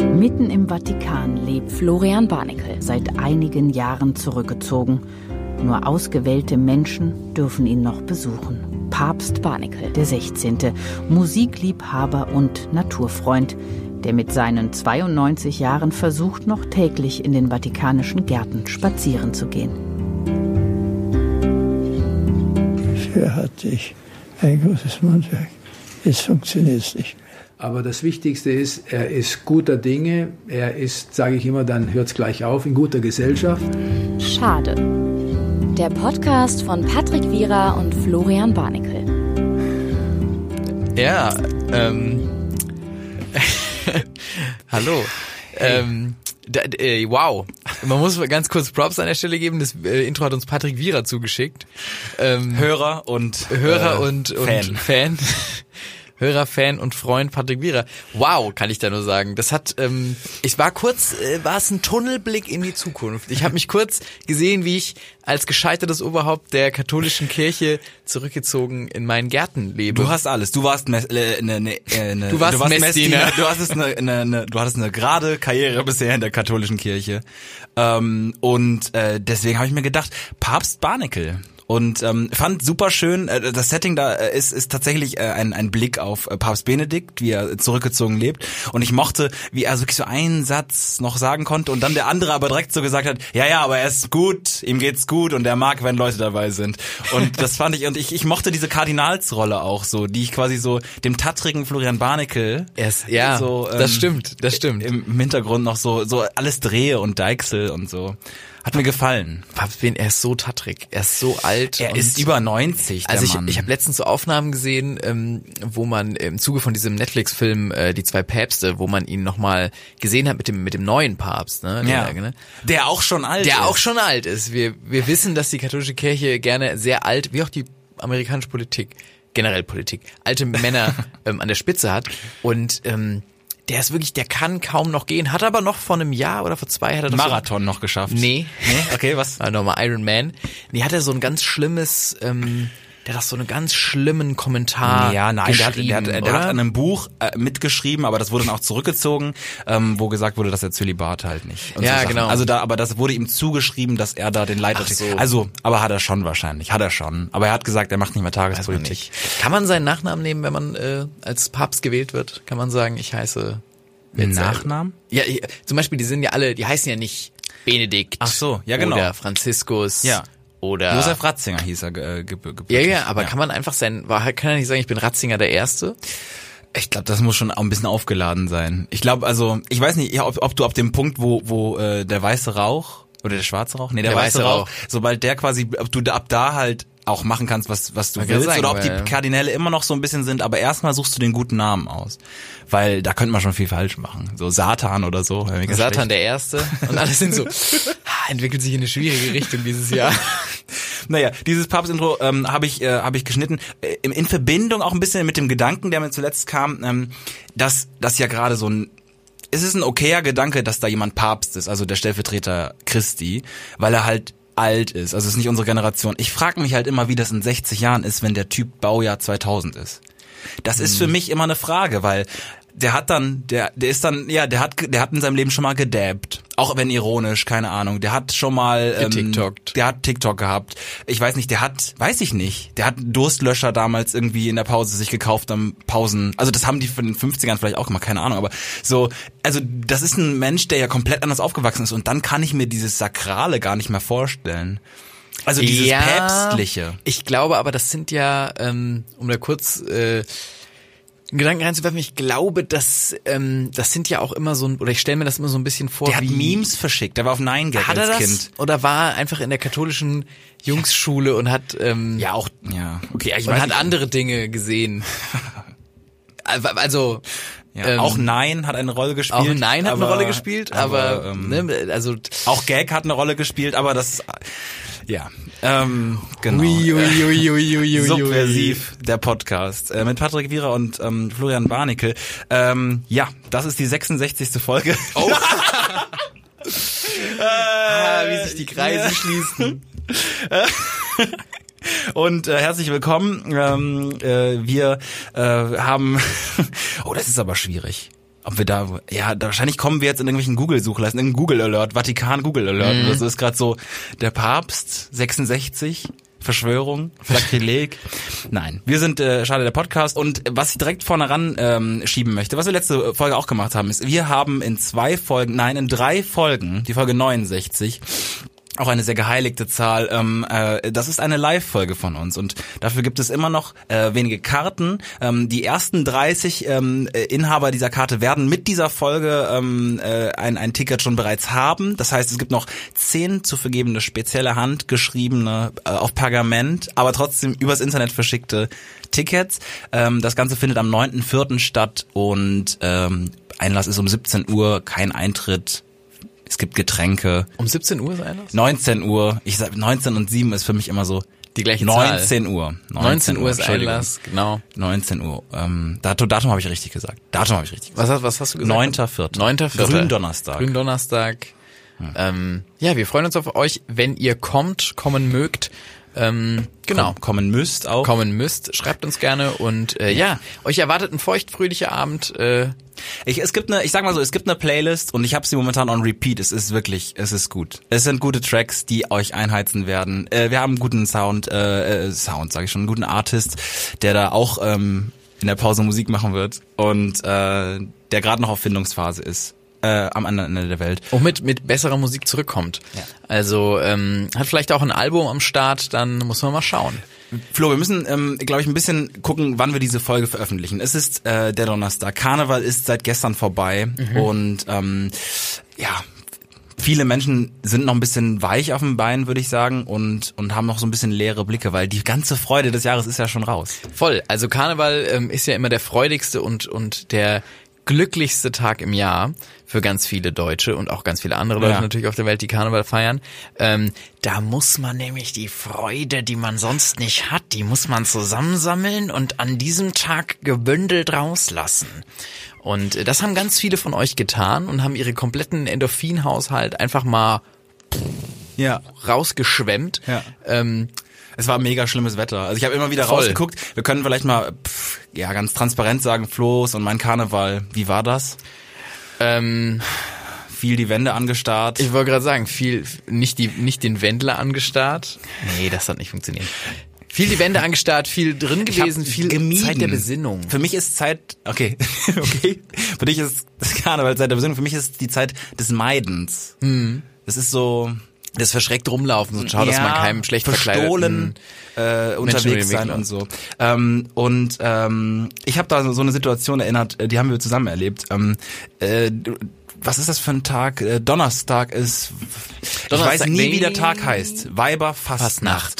Mitten im Vatikan lebt Florian Barnikel seit einigen Jahren zurückgezogen. Nur ausgewählte Menschen dürfen ihn noch besuchen. Papst Barnikel, der 16., Musikliebhaber und Naturfreund, der mit seinen 92 Jahren versucht, noch täglich in den vatikanischen Gärten spazieren zu gehen. Früher hatte ich ein großes Mundwerk. Jetzt funktioniert es nicht mehr. Aber das Wichtigste ist, er ist guter Dinge. Er ist, sage ich immer, dann hört es gleich auf, in guter Gesellschaft. Schade. Der Podcast von Patrick Wierer und Florian Barnikel. Ja, ähm. Hallo. Ähm, da, äh, wow. Man muss ganz kurz Props an der Stelle geben. Das äh, Intro hat uns Patrick Wierer zugeschickt. Ähm, Hörer und Hörer äh, und, und Fan. Fan. Hörer, Fan und Freund Patrick Wierer. Wow, kann ich da nur sagen. Das hat, ähm, ich war kurz, äh, war es ein Tunnelblick in die Zukunft. Ich habe mich kurz gesehen, wie ich als gescheitertes Oberhaupt der katholischen Kirche zurückgezogen in meinen Gärten lebe. Du hast alles. Du warst Mes äh, ne, ne, äh, ne, Du warst Messdiener. Du hattest eine, ne, ne, du hattest eine gerade Karriere bisher in der katholischen Kirche. Ähm, und äh, deswegen habe ich mir gedacht, Papst Barnacle. Und ähm, fand super schön, äh, das Setting da äh, ist, ist tatsächlich äh, ein, ein Blick auf äh, Papst Benedikt, wie er zurückgezogen lebt. Und ich mochte, wie er so wirklich so einen Satz noch sagen konnte und dann der andere aber direkt so gesagt hat, ja, ja, aber er ist gut, ihm geht's gut und er mag, wenn Leute dabei sind. Und das fand ich, und ich, ich mochte diese Kardinalsrolle auch so, die ich quasi so dem tattrigen Florian ähm, Barnekel Erst, ja, das stimmt, das stimmt. im Hintergrund noch so, so alles Drehe und Deichsel und so. Hat mir gefallen. Papst Ben, er ist so tattrig, er ist so alt. Er und- ist über 90, der Also ich, Mann. ich habe letztens so Aufnahmen gesehen, ähm, wo man im Zuge von diesem Netflix-Film äh, Die zwei Päpste, wo man ihn nochmal gesehen hat mit dem mit dem neuen Papst, ne? ja. Der, ne? der auch schon alt ist. der auch schon alt ist. Wir wir wissen, dass die katholische Kirche gerne sehr alt, wie auch die amerikanische Politik generell Politik, alte Männer ähm, an der Spitze hat und ähm, der ist wirklich, der kann kaum noch gehen, hat aber noch vor einem Jahr oder vor zwei hat er doch so- Marathon noch geschafft. Nee. nee? Okay, was? Äh, nochmal Iron Man. Nee, hat er so ein ganz schlimmes, ähm, der hat doch so einen ganz schlimmen Kommentar. Ah, Ja, nein, der hat, geschrieben, der, hat, der oder? hat an einem Buch äh, mitgeschrieben, aber das wurde dann auch zurückgezogen, ähm, wo gesagt wurde, dass er Zölibat halt nicht. und Ja, Sachen. genau. Also da, aber das wurde ihm zugeschrieben, dass er da den Leitartikel. Ach so. Also, aber hat er schon wahrscheinlich, hat er schon. Aber er hat gesagt, er macht nicht mehr Weiß man Tagespolitik. nicht. Kann man seinen Nachnamen nehmen, wenn man äh, als Papst gewählt wird? Kann man sagen, ich heiße jetzt, äh, Nachnamen? Ja, ich, zum Beispiel, die sind ja alle, die heißen ja nicht Benedikt. Ach so, ja, genau. Oder Franziskus. Ja. Oder Josef Ratzinger hieß er äh, geb Ja, gebürtig. ja, aber kann man einfach sein, war- kann er nicht sagen, ich bin Ratzinger der Erste? Ich glaube, das muss schon auch ein bisschen aufgeladen sein. Ich glaube, also, ich weiß nicht, ja, ob, ob du ab dem Punkt, wo, wo äh, der weiße Rauch oder der schwarze Rauch, nee, der, weiße, Rauch, sobald der quasi, ob du da, ab da halt auch machen kannst, was, was du Man kann willst, sagen, oder ob die weil- Kardinäle immer noch so ein bisschen sind, aber erstmal suchst du den guten Namen aus, weil da könnte man schon viel falsch machen, so Satan oder so. wäre mega Satan schlecht. der Erste. Und alle sind so, ah, entwickelt sich in eine schwierige Richtung dieses Jahr. Naja, dieses Papstintro ähm, habe ich, äh, hab ich geschnitten, äh, in, in Verbindung auch ein bisschen mit dem Gedanken, der mir zuletzt kam, ähm, dass das ja gerade so ein es ist ein okayer Gedanke, dass da jemand Papst ist, also der Stellvertreter Christi, weil er halt alt ist, also es ist nicht unsere Generation. Ich frage mich halt immer, wie das in 60 Jahren ist, wenn der Typ Baujahr 2000 ist. Das ist Mhm. für mich immer eine Frage, weil der hat dann, der, der ist dann, ja, der hat, ge- der hat in seinem Leben schon mal gedabbt, auch wenn ironisch, keine Ahnung. Der hat schon mal ähm, Getiktokt. der hat TikTok gehabt. Ich weiß nicht, der hat, weiß ich nicht, der hat einen Durstlöscher damals irgendwie in der Pause sich gekauft am Pausen. Also das haben die von den 50ern vielleicht auch gemacht, keine Ahnung, aber so, also das ist ein Mensch, der ja komplett anders aufgewachsen ist und dann kann ich mir dieses Sakrale gar nicht mehr vorstellen. Also dieses Päpstliche. Ich glaube aber, das sind ja, ähm, um da kurz äh, einen Gedanken reinzuwerfen, ich glaube, dass ähm, das sind ja auch immer so ein, oder ich stelle mir das immer so ein bisschen vor, Der hat Oh, wie Memes verschickt, der war auf Nein Gag hat er als das? Kind. Oder war er einfach in der katholischen Jungsschule und hat ähm, Ja, auch, ja, okay, ich und weiß hat nicht. andere Dinge gesehen. also ja, ähm, auch Nein hat eine Rolle gespielt. auch Nein hat eine aber- Rolle gespielt, aber, ähm, ne, also Auch Gag hat eine Rolle gespielt, aber das, ja, ähm, genau. Subversiv, der Podcast äh, mit Patrick Wierer und ähm, Florian Barnickel. Ähm, ja, das ist die 66. Folge. Oh, Ah, wie sich die Kreise schließen. Und äh, herzlich willkommen. Ähm, äh, wir äh, haben, oh, das ist aber schwierig. ob wir da, ja, da wahrscheinlich kommen wir jetzt in irgendwelchen Google-Suchleisten, in Google Alert, Vatikan Google Alert oder so ist gerade so der Papst 66. Verschwörung, Sakrileg. Nein, wir sind äh, schade der Podcast und was ich direkt vorne ran ähm, schieben möchte, was wir letzte Folge auch gemacht haben, ist, wir haben in zwei Folgen, nein, in drei Folgen, die Folge 69, auch eine sehr geheiligte Zahl. Ähm, äh, das ist eine Live-Folge von uns und dafür gibt es immer noch äh, wenige Karten. Ähm, die ersten 30 ähm, äh, Inhaber dieser Karte werden mit dieser Folge ähm, äh, ein, ein Ticket schon bereits haben. Das heißt, es gibt noch 10 zu vergebende spezielle handgeschriebene, äh, auf Pergament, aber trotzdem übers Internet verschickte Tickets. Ähm, das Ganze findet am 9.4. statt und ähm, Einlass ist um 17 Uhr, kein Eintritt. Es gibt Getränke. Um 17 Uhr ist Einlass? 19 Uhr. Ich sag 19 und 7 ist für mich immer so Die gleiche 19 Uhr. 19, 19 Uhr ist Entschuldigung. Einlass, genau. 19 Uhr. Ähm, Datum, Datum habe ich richtig gesagt. Datum habe ich richtig gesagt. Was hast, was hast du gesagt? Neunter Vierter. Neunter Vierter. Gründonnerstag. Gründonnerstag. Ähm, ja, wir freuen uns auf euch, wenn ihr kommt, kommen mögt. Ähm, genau. Komm, kommen müsst auch. Kommen müsst, schreibt uns gerne und äh, ja, euch erwartet ein feuchtfröhlicher Abend. Äh, Ich, es gibt eine, ich sag mal so, es gibt eine Playlist und ich habe sie momentan on repeat. Es ist wirklich, es ist gut. Es sind gute Tracks, die euch einheizen werden. Äh, wir haben einen guten Sound, äh, äh, Sound sage ich schon, einen guten Artist, der da auch ähm, in der Pause Musik machen wird und äh, der gerade noch auf Findungsphase ist. Äh, am anderen Ende der Welt. auch mit, mit besserer Musik zurückkommt. Also ähm, hat vielleicht auch ein Album am Start, dann muss man mal schauen. Flo, wir müssen, ähm, glaube ich, ein bisschen gucken, wann wir diese Folge veröffentlichen. Es ist äh, der Donnerstag. Karneval ist seit gestern vorbei Mhm. und ähm, ja, viele Menschen sind noch ein bisschen weich auf dem Bein, würde ich sagen, und und haben noch so ein bisschen leere Blicke, weil die ganze Freude des Jahres ist ja schon raus. Voll. Also Karneval ähm, ist ja immer der freudigste und, und der glücklichste Tag im Jahr für ganz viele Deutsche und auch ganz viele andere Leute Ja. natürlich auf der Welt, die Karneval feiern. Ähm, da muss man nämlich die Freude, die man sonst nicht hat, die muss man zusammensammeln und an diesem Tag gebündelt rauslassen. Und äh, das haben ganz viele von euch getan und haben ihre kompletten Endorphinhaushalt einfach mal Ja. rausgeschwemmt. Ja. Ähm, Es war mega schlimmes Wetter. Also ich habe immer wieder Voll. rausgeguckt. Wir können vielleicht mal pff, ja ganz transparent sagen, Flo's und mein Karneval. Wie war das? ähm, Viel die Wände angestarrt. Ich wollte gerade sagen, viel nicht die nicht den Wendler angestarrt. Nee, das hat nicht funktioniert. Viel die Wände angestarrt, viel drin Ich hab gewesen, viel Zeit der Besinnung. Für mich ist Zeit, okay, okay. Für dich ist das Karneval Zeit der Besinnung. Für mich ist die Zeit des Meidens. Das ist so, Das verschreckt rumlaufen und Hm. schau, dass man keinem schlecht verstohlen verkleideten äh, über den unterwegs Weg sein läuft. und so. Ähm, und ähm, ich habe da so, so eine Situation erinnert, äh, die haben wir zusammen erlebt. Ähm, äh, was ist das für ein Tag? Äh, Donnerstag ist. Donnerstag, ich weiß nie, nee. wie der Tag heißt. Weiberfastnacht.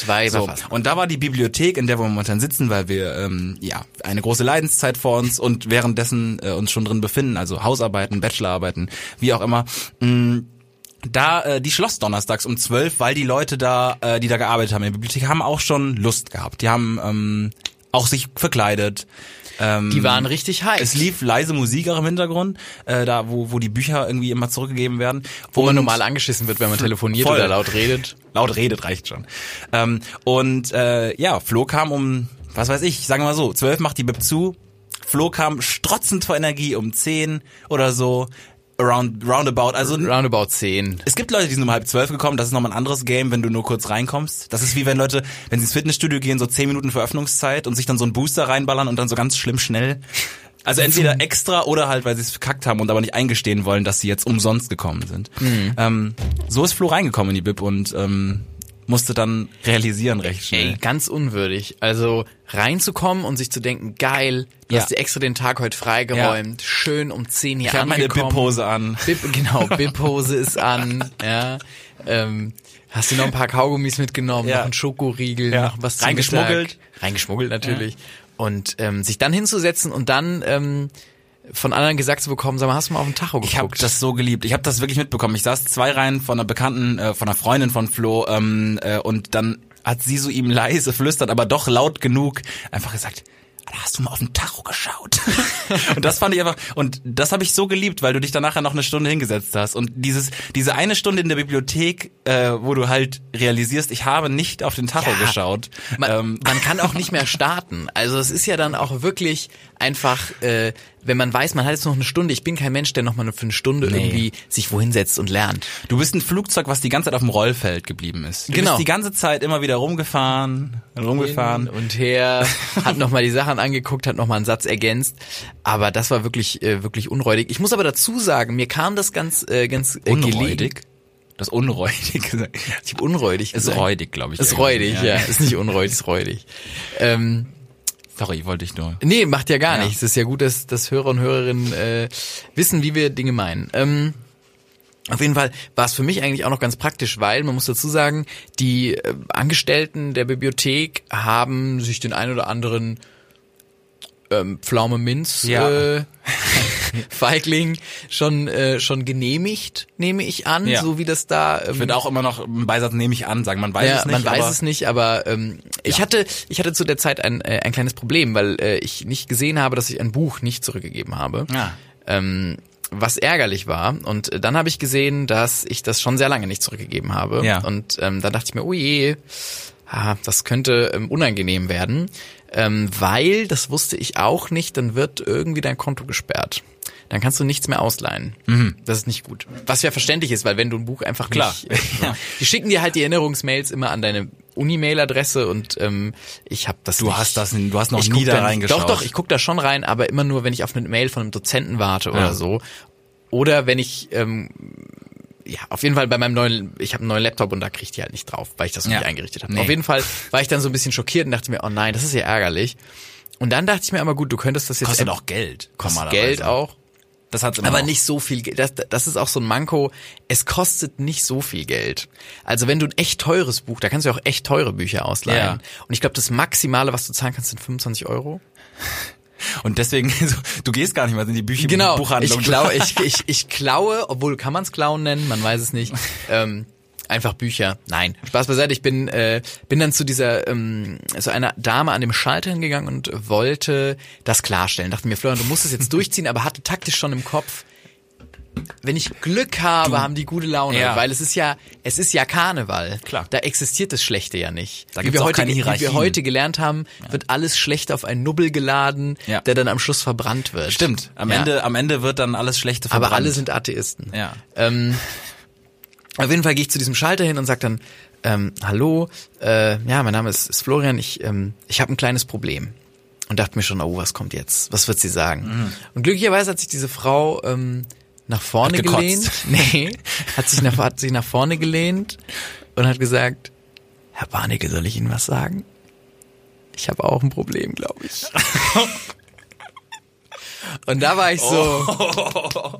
Fastnacht, Weiberfastnacht. Und da war die Bibliothek, in der wir momentan sitzen, weil wir ähm, ja eine große Leidenszeit vor uns und währenddessen äh, uns schon drin befinden, also Hausarbeiten, Bachelorarbeiten, wie auch immer. Mh, da äh, die schloss donnerstags um zwölf, weil die Leute da, äh, die da gearbeitet haben in der Bibliothek, haben auch schon Lust gehabt. Die haben ähm, auch sich verkleidet. Ähm, Die waren richtig heiß. Es lief leise Musik auch im Hintergrund, äh, da wo, wo die Bücher irgendwie immer zurückgegeben werden. wo man Und- normal angeschissen wird, wenn man telefoniert Voll. oder laut redet. Laut redet reicht schon. Ähm, und äh, ja, Flo kam um, was weiß ich, sagen wir mal so, zwölf macht die Bib zu. Flo kam strotzend vor Energie um zehn oder so. Around, roundabout, also Roundabout 10. es gibt Leute, die sind um halb zwölf gekommen, das ist nochmal ein anderes Game, wenn du nur kurz reinkommst. Das ist wie wenn Leute, wenn sie ins Fitnessstudio gehen, so zehn Minuten Veröffnungszeit und sich dann so einen Booster reinballern und dann so ganz schlimm schnell. Also entweder extra oder halt, weil sie es verkackt haben und aber nicht eingestehen wollen, dass sie jetzt umsonst gekommen sind. Mhm. Ähm, so ist Flo reingekommen in die Bib und ähm, musste dann realisieren recht schnell. Ey, ganz unwürdig. Also reinzukommen und sich zu denken, geil, du Ja. hast dir extra den Tag heute freigeräumt, schön um 10 hier ich habe meine angekommen. Bib-Hose an. Bib, genau, Bib-Hose ist an, ja. Ähm, hast du noch ein paar Kaugummis mitgenommen, Ja. noch einen Schokoriegel, Ja. noch was zum Reingeschmuggelt. Mittag. Reingeschmuggelt natürlich. Und ähm, sich dann hinzusetzen und dann ähm, von anderen gesagt zu bekommen, sag mal, hast du mal auf den Tacho geguckt? Ich habe das so geliebt. Ich habe das wirklich mitbekommen. Ich saß zwei Reihen von einer Bekannten, äh, von einer Freundin von Flo ähm, äh, und dann hat sie so ihm leise flüstert, aber doch laut genug einfach gesagt, "Alter, hast du mal auf den Tacho geschaut? und das fand ich einfach und das habe ich so geliebt, weil du dich dann nachher noch eine Stunde hingesetzt hast und dieses diese eine Stunde in der Bibliothek, äh, wo du halt realisierst, ich habe nicht auf den Tacho Ja. geschaut. Man, ähm, man kann auch nicht mehr starten. Also es ist ja dann auch wirklich einfach, äh, wenn man weiß, man hat jetzt noch eine Stunde, ich bin kein Mensch, der nochmal für eine Stunde Nee. irgendwie sich wohin setzt und lernt. Du bist ein Flugzeug, was die ganze Zeit auf dem Rollfeld geblieben ist. Du Genau. bist die ganze Zeit immer wieder rumgefahren, rumgefahren. Hin und her, hat nochmal die Sachen angeguckt, hat nochmal einen Satz ergänzt. Aber das war wirklich, äh, wirklich unräudig. Ich muss aber dazu sagen, mir kam das ganz, äh, ganz äh, gelegen. Unräudig? Das unräudig gesagt. Ich hab unräudig Ist gesagt. räudig, glaube ich. Ist irgendwie. räudig, ja. Ist nicht unräudig, ist räudig. Ähm, Sorry, wollte ich nur. Nee, macht ja gar Genau. Ja. nichts. Es ist ja gut, dass, dass Hörer und Hörerinnen äh, wissen, wie wir Dinge meinen. Ähm, auf jeden Fall war es für mich eigentlich auch noch ganz praktisch, weil man muss dazu sagen, die äh, Angestellten der Bibliothek haben sich den ein oder anderen ähm, Pflaume Minz Ja. äh, Feigling schon äh, schon genehmigt, nehme ich an, Ja. so wie das da ähm, Wird auch immer noch im Beisatz nehme ich an, sagen man weiß ja, es nicht. man weiß aber es nicht, aber ähm, ich hatte ich hatte zu der Zeit ein, äh, ein kleines Problem, weil äh, ich nicht gesehen habe, dass ich ein Buch nicht zurückgegeben habe. Ja. Ähm, was ärgerlich war. Und äh, dann habe ich gesehen, dass ich das schon sehr lange nicht zurückgegeben habe. Ja. Und ähm, dann dachte ich mir, oh je, ah, das könnte ähm, unangenehm werden, ähm, weil, das wusste ich auch nicht, dann wird irgendwie dein Konto gesperrt. Dann kannst du nichts mehr ausleihen. Das ist nicht gut. Was ja verständlich ist, weil wenn du ein Buch einfach Mhm. Klar. nicht... äh, Die schicken dir halt die Erinnerungsmails immer an deine Unimail-Adresse und ähm, ich habe das Du nicht. hast das- du hast noch Ich nie guck da nicht- reingeschaut. Doch, doch, ich gucke da schon rein, aber immer nur, wenn ich auf eine Mail von einem Dozenten warte Ja. oder so. Oder wenn ich, ähm, ja, auf jeden Fall bei meinem neuen, ich habe einen neuen Laptop und da krieg ich die halt nicht drauf, weil ich das noch Ja. nicht eingerichtet habe. Nee. Auf jeden Fall war ich dann so ein bisschen schockiert und dachte mir, oh nein, das ist ja ärgerlich. Und dann dachte ich mir aber gut, du könntest das jetzt kostet auch Genau. Geld. kostet normalerweise. Geld auch, Das hat's immer aber noch. nicht so viel Geld. Das, das ist auch so ein Manko. Es kostet nicht so viel Geld. Also wenn du ein echt teures Buch, da kannst du ja auch echt teure Bücher ausleihen. Und ich glaube, das Maximale, was du zahlen kannst, sind 25 Euro. Und deswegen, so, du gehst gar nicht mal in die Bücher Buchhandlung. Genau. Ich, klau, ich, ich, ich klaue, obwohl kann man es klauen nennen, man weiß es nicht. Ähm, einfach Bücher. Nein, Spaß beiseite. Ich bin äh, bin dann zu dieser ähm, zu einer Dame an dem Schalter hingegangen und wollte das klarstellen. Dachte mir, Florian, du musst es jetzt durchziehen, aber hatte taktisch schon im Kopf. Wenn ich Glück habe, haben die gute Laune, Ja. weil es ist ja es ist ja Karneval. Klar. Da existiert das Schlechte ja nicht. Da Wie gibt's wir auch heute, keine wie wir Hierarchien. heute gelernt haben, wird alles schlecht auf einen Nubbel geladen, Ja. der dann am Schluss verbrannt wird. Stimmt. Am Ja. Ende, am Ende wird dann alles Schlechte verbrannt. Aber alle sind Atheisten. Ja. Ähm, auf jeden Fall gehe ich zu diesem Schalter hin und sage dann, ähm, hallo, äh, ja, mein Name ist, ist Florian, ich, ähm, ich habe ein kleines Problem. Und dachte mir schon, oh, was kommt jetzt? Was wird sie sagen? Und glücklicherweise hat sich diese Frau ähm, nach vorne Hat gekotzt. gelehnt. Nee, hat sich, nach, hat sich nach vorne gelehnt und hat gesagt, Herr Barnecke, soll ich Ihnen was sagen? Ich habe auch ein Problem, glaube ich. und da war ich so,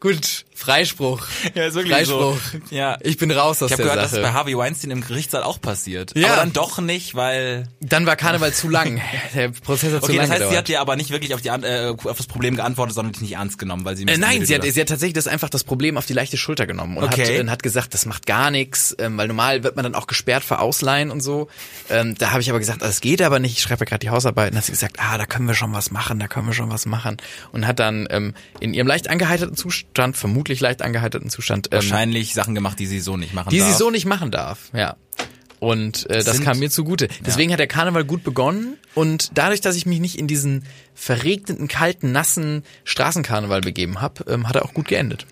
gut, Freispruch. Ja, ist wirklich Freispruch. so. Ja. Ich bin raus aus Ich habe der gehört, dass Sache. es bei Harvey Weinstein im Gerichtssaal auch passiert. Ja. Aber dann doch nicht, weil. Dann war Karneval zu lang. Der Prozess hat zu Okay, lange das heißt, sie gedauert. hat dir aber nicht wirklich auf, die, An- äh, auf das Problem geantwortet, sondern dich nicht ernst genommen, weil sie. Äh, nein, sie hat, sie hat tatsächlich das einfach das Problem auf die leichte Schulter genommen und hat, Okay. äh, hat gesagt, das macht gar nichts, ähm, weil normal wird man dann auch gesperrt für Ausleihen und so. Ähm, da habe ich aber gesagt, ah, das geht aber nicht, ich schreibe ja gerade die Hausarbeiten. Hat sie gesagt, ah, da können wir schon was machen, da können wir schon was machen. Und hat dann ähm, in ihrem leicht angeheiterten Zustand, vermutlich leicht angeheiterten Zustand, ähm, wahrscheinlich Sachen gemacht, die sie so nicht machen die darf. sie so nicht machen darf. Ja. Und äh, das Sind- kam mir zugute. Deswegen hat der Karneval gut begonnen und dadurch, dass ich mich nicht in diesen verregneten, kalten, nassen Straßenkarneval begeben habe, ähm, hat er auch gut geendet.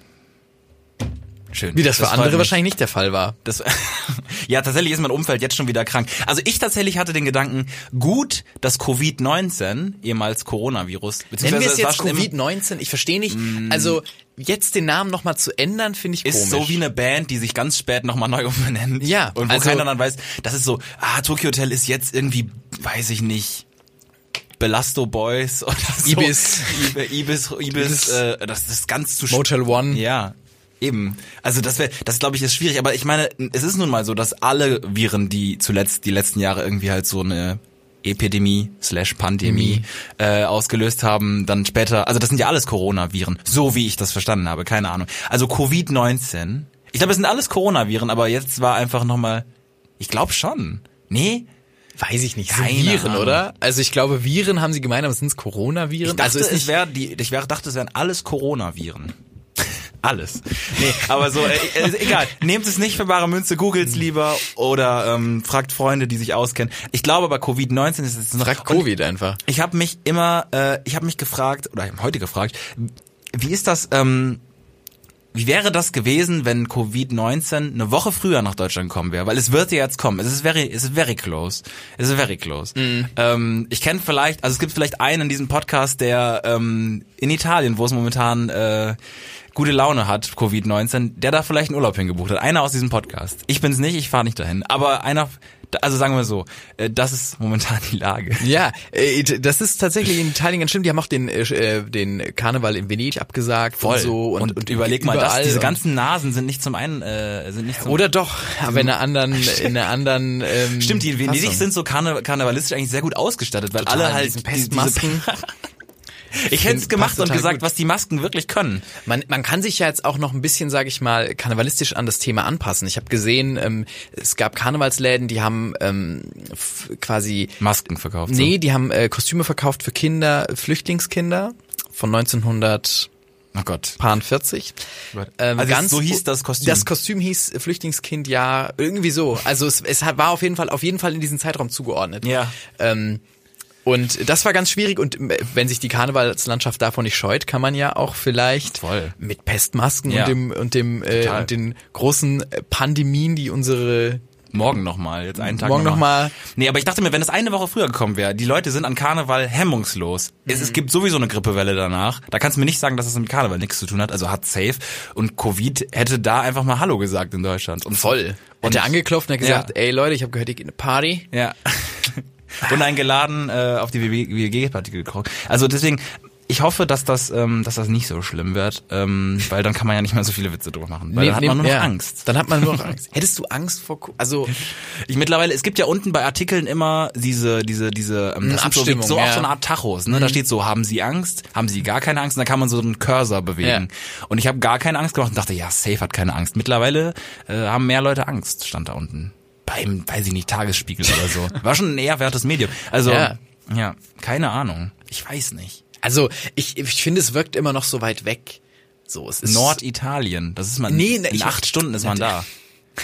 Schön. Wie das, für freut andere mich. wahrscheinlich nicht der Fall war. Das, ja, tatsächlich ist mein Umfeld jetzt schon wieder krank. Also ich tatsächlich hatte den Gedanken, gut, dass Covid-19, ehemals Coronavirus, Nennen wir es war jetzt schon immer- Covid-19? Ich verstehe nicht. Also jetzt den Namen nochmal zu ändern, finde ich ist komisch. so wie eine Band, die sich ganz spät nochmal neu umbenennt. Ja, Und wo also- keiner dann weiß, das ist so, ah, Tokyo Hotel ist jetzt irgendwie, weiß ich nicht, Belasto Boys oder so. Ibis. Ibis, Ibis, Ibis äh, das ist ganz zu spät. Motel One. Ja. Eben. Also das wäre, das glaube ich ist schwierig, aber ich meine, es ist nun mal so, dass alle Viren, die zuletzt, die letzten Jahre irgendwie halt so eine Epidemie slash Pandemie Mhm. äh, ausgelöst haben, dann später, also das sind ja alles Coronaviren, so wie ich das verstanden habe, keine Ahnung. Also Covid-19, ich glaube, es sind alles Coronaviren, aber jetzt war einfach nochmal, ich glaube schon. Nee? Weiß ich nicht. Keine Sind Viren, Ahnung. oder? Also ich glaube, Viren haben sie gemeint, aber sind es Coronaviren? Ich dachte, also ist es nicht wäre, die, ich wär, dachte, es wären alles Coronaviren. alles. Nee, aber so, äh, äh, egal. Nehmt es nicht für bare Münze, googelt's lieber oder ähm, fragt Freunde, die sich auskennen. Ich glaube, bei Covid-19 ist es noch... Frag und Covid einfach. Ich habe mich immer, äh, ich habe mich gefragt, oder ich habe heute gefragt, wie ist das, ähm, wie wäre das gewesen, wenn Covid-19 eine Woche früher nach Deutschland gekommen wäre? Weil es wird ja jetzt kommen. Es ist very, es ist very close. Es ist very close. Ähm, ich kenne vielleicht, also es gibt vielleicht einen in diesem Podcast, der ähm, in Italien, wo es momentan äh, gute Laune hat, Covid-19, der da vielleicht einen Urlaub hingebucht hat. Einer aus diesem Podcast. Ich bin's nicht, ich fahre nicht dahin. Aber einer, also sagen wir so, äh, das ist momentan die Lage. Ja, äh, das ist tatsächlich in Italien ganz schlimm. Die haben auch den, äh, den Karneval in Venedig abgesagt und so. und, und, überleg mal das, überall diese und- ganzen Nasen sind nicht zum einen, äh, sind nicht zum Hm, Oder doch, aber in einer anderen, in einer anderen. Ähm, Stimmt, die in Venedig Fassung. sind so karne karnevalistisch eigentlich sehr gut ausgestattet, weil Total, alle halt mit diesen die- diese Pestmasken. ich hätte es find, gemacht passt und total gesagt, gut. was die Masken wirklich können. Man, man kann sich ja jetzt auch noch ein bisschen, sage ich mal, karnevalistisch an das Thema anpassen. Ich habe gesehen, ähm, es gab Karnevalsläden, die haben ähm, f- quasi Masken verkauft. Nee, die haben äh, Kostüme verkauft für Kinder, Flüchtlingskinder von 1900 So. Oh Gott. Paar 40. Right. Also so hieß das Kostüm. Ähm, Das Kostüm hieß Flüchtlingskind, ja, irgendwie so. Also es, es hat- war auf jeden Fall, auf jeden Fall in diesen Zeitraum zugeordnet. Ja. Ähm, und das war ganz schwierig und äh, wenn sich die Karnevalslandschaft davon nicht scheut, kann man ja auch vielleicht Voll. mit Pestmasken Ja. und dem und dem äh, Total. und den großen äh, Pandemien, die unsere Morgen nochmal, jetzt einen Tag Morgen noch mal. Nee, aber ich dachte mir, wenn es eine Woche früher gekommen wäre, die Leute sind an Karneval hemmungslos. Es, es gibt sowieso eine Grippewelle danach. Da kannst du mir nicht sagen, dass es mit Karneval nichts zu tun hat, also hat safe. Und Covid hätte da einfach mal Hallo gesagt in Deutschland. Und voll Und und der angeklopft und hat Ja. gesagt, ey Leute, ich habe gehört, ihr geht eine Party. Ja. Und eingeladen äh, auf die WG-Party gekocht. Also deswegen, ich hoffe, dass das, ähm, dass das nicht so schlimm wird, ähm, weil dann kann man ja nicht mehr so viele Witze drüber machen. Weil dann hat man nur noch ja. Angst. Dann hat man nur noch Angst. Hättest du Angst vor Ko- also Ich mittlerweile, es gibt ja unten bei Artikeln immer diese, diese, diese, ähm, das sind so, wie, Abstimmung, so auch ja. Mhm. so eine Art Tachos. Ne? Da steht so, haben Sie Angst? Haben Sie gar keine Angst? Und da kann man so einen Cursor bewegen. Und ich habe gar keine Angst gemacht und dachte, ja, safe hat keine Angst. Mittlerweile äh, haben mehr Leute Angst, stand da unten. Beim, weiß ich nicht, Tagesspiegel oder so. War schon ein eher wertes Medium. Also, ja. Ja. keine Ahnung. Ich weiß nicht. also ich, ich finde es wirkt immer noch so weit weg. So, es ist Norditalien, das ist man. Nee, ne, in ich- acht Stunden ist man da.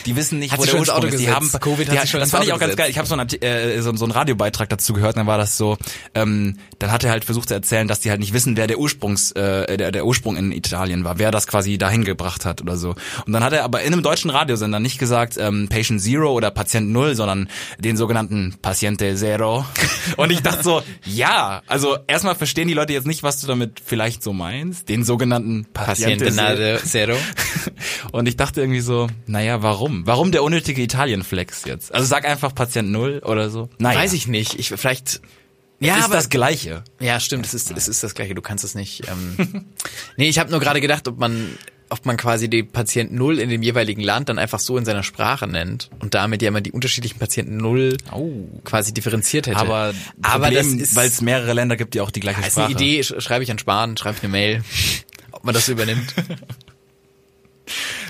Die wissen nicht, Hat wo sich der schon ins Ursprung Auto ist. Die gesetzt. haben, Covid die, hat sich schon das ins fand ich Auto auch ganz gesetzt. geil. Ich habe so, einen Arti- äh, so, so einen Radiobeitrag dazu gehört. Und dann war das so, ähm, dann hat er halt versucht zu erzählen, dass die halt nicht wissen, wer der Ursprungs, äh, der, der Ursprung in Italien war, wer das quasi dahin gebracht hat oder so. Und dann hat er aber in einem deutschen Radiosender nicht gesagt ähm, Patient Zero oder Patient Null, sondern den sogenannten Paciente Zero. Und ich dachte so, ja, also erstmal verstehen die Leute jetzt nicht, was du damit vielleicht so meinst, den sogenannten Paciente, Patiente Zero. Nade Zero. Und ich dachte irgendwie so, naja, warum? Warum der unnötige Italien-Flex jetzt? Also sag einfach Patient Null oder so. Naja, Weiß ich nicht. Ich vielleicht Ja, ja, ist aber das Gleiche. ja, stimmt, es ist es ist das gleiche, du kannst es nicht. Ähm, nee, ich habe nur gerade gedacht, ob man ob man quasi die Patient Null in dem jeweiligen Land dann einfach so in seiner Sprache nennt und damit ja immer die unterschiedlichen Patienten Null Oh. quasi differenziert hätte. Aber, aber das Problem, ist weil es mehrere Länder gibt, die auch die gleiche Ist Sprache eine Idee, sch- schreibe ich an Spahn, schreibe ich eine Mail, ob man das übernimmt.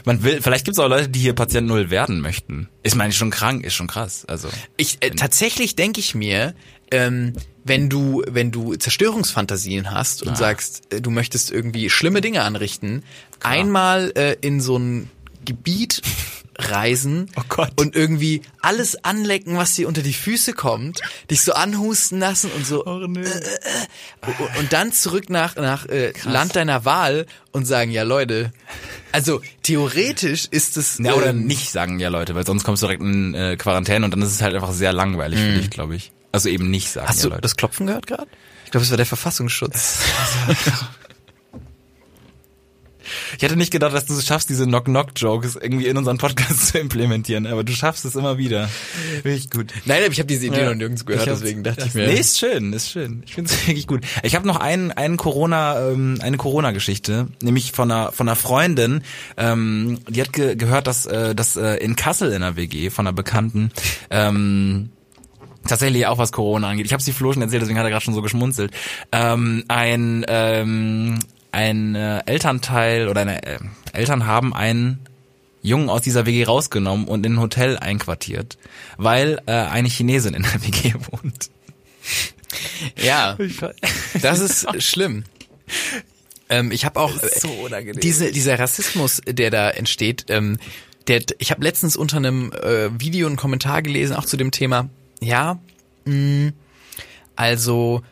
Man will, vielleicht gibt es auch Leute, die hier Patient Null werden möchten. Ich meine, schon krank, ist schon krass. Also Ich äh, tatsächlich denke ich mir, ähm, wenn du wenn du Zerstörungsfantasien hast und sagst, äh, du möchtest irgendwie schlimme Dinge anrichten, einmal äh, in so ein Gebiet reisen Oh Gott. und irgendwie alles anlecken, was dir unter die Füße kommt, dich so anhusten lassen und so Oh. Und- und dann zurück nach, nach äh, Land deiner Wahl und sagen, ja Leute, also theoretisch ist es Ja, oder ähm, nicht, sagen ja Leute, weil sonst kommst du direkt in äh, Quarantäne und dann ist es halt einfach sehr langweilig für dich, glaube ich. Also eben nicht, sagen Mhm. Hast ja du Leute. das Klopfen gehört gerade? Ich glaube, es war der Verfassungsschutz. Ich hätte nicht gedacht, dass du es schaffst, diese Knock-Knock-Jokes irgendwie in unseren Podcast zu implementieren, aber du schaffst es immer wieder. Wirklich gut. Nein, ich habe diese Idee Ja. noch nirgends gehört, Ich hab's- deswegen dachte das- ich mir. Nee, ist schön, ist schön. Ich finde es wirklich gut. Ich habe noch einen, einen Corona, ähm, eine Corona-Geschichte, nämlich von einer, von einer Freundin, ähm, die hat ge gehört, dass, äh, dass äh, in Kassel in der WG von einer Bekannten ähm, tatsächlich auch was Corona angeht. Ich habe sie Flo schon erzählt, deswegen hat er gerade schon so geschmunzelt. Ähm, ein ähm, ein äh, Elternteil oder eine äh, Eltern haben einen Jungen aus dieser WG rausgenommen und in ein Hotel einquartiert, weil äh, eine Chinesin in der WG wohnt. Ja, das ist schlimm. Ähm, ich habe auch äh, ist so unangenehm. diese, dieser Rassismus, der da entsteht. Ähm, der, ich habe letztens unter einem äh, Video einen Kommentar gelesen, auch zu dem Thema. Ja, mh, also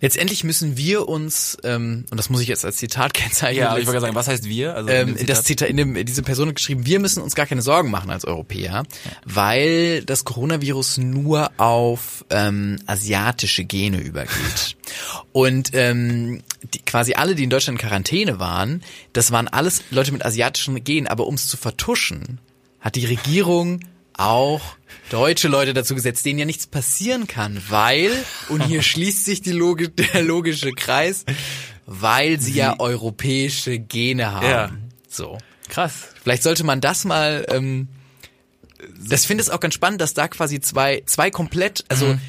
letztendlich müssen wir uns ähm, und das muss ich jetzt als Zitat kennzeichnen. Ja, aber ich wollte gerade sagen, was heißt wir? Also in ähm, dem Zitat- das Zitat in dem, diese Person hat geschrieben, wir müssen uns gar keine Sorgen machen als Europäer, weil das Coronavirus nur auf ähm, asiatische Gene übergeht. Und ähm, die, quasi alle, die in Deutschland in Quarantäne waren, das waren alles Leute mit asiatischen Genen, aber um es zu vertuschen, hat die Regierung auch deutsche Leute dazu gesetzt, denen ja nichts passieren kann, weil, und hier schließt sich die Logi der logische Kreis, weil sie ja europäische Gene haben. Ja. So. krass. Vielleicht sollte man das mal. Ähm, das finde ich auch ganz spannend, dass da quasi zwei, zwei komplett, also Mhm.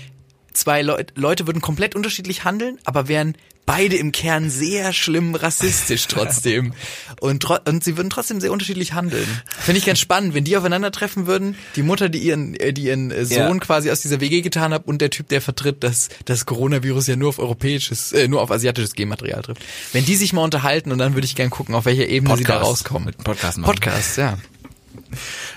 zwei Leu Leute würden komplett unterschiedlich handeln, aber wären beide im Kern sehr schlimm rassistisch trotzdem. und, tro und sie würden trotzdem sehr unterschiedlich handeln. Finde ich ganz spannend, wenn die aufeinandertreffen würden, die Mutter, die ihren, äh, die ihren äh, Sohn Ja. quasi aus dieser WG getan hat und der Typ, der vertritt, dass das Coronavirus ja nur auf europäisches, äh, nur auf asiatisches Genmaterial trifft. Wenn die sich mal unterhalten und dann würde ich gern gucken, auf welcher Ebene sie da Podcast. rauskommen. Mit Podcast machen. Podcast, ja.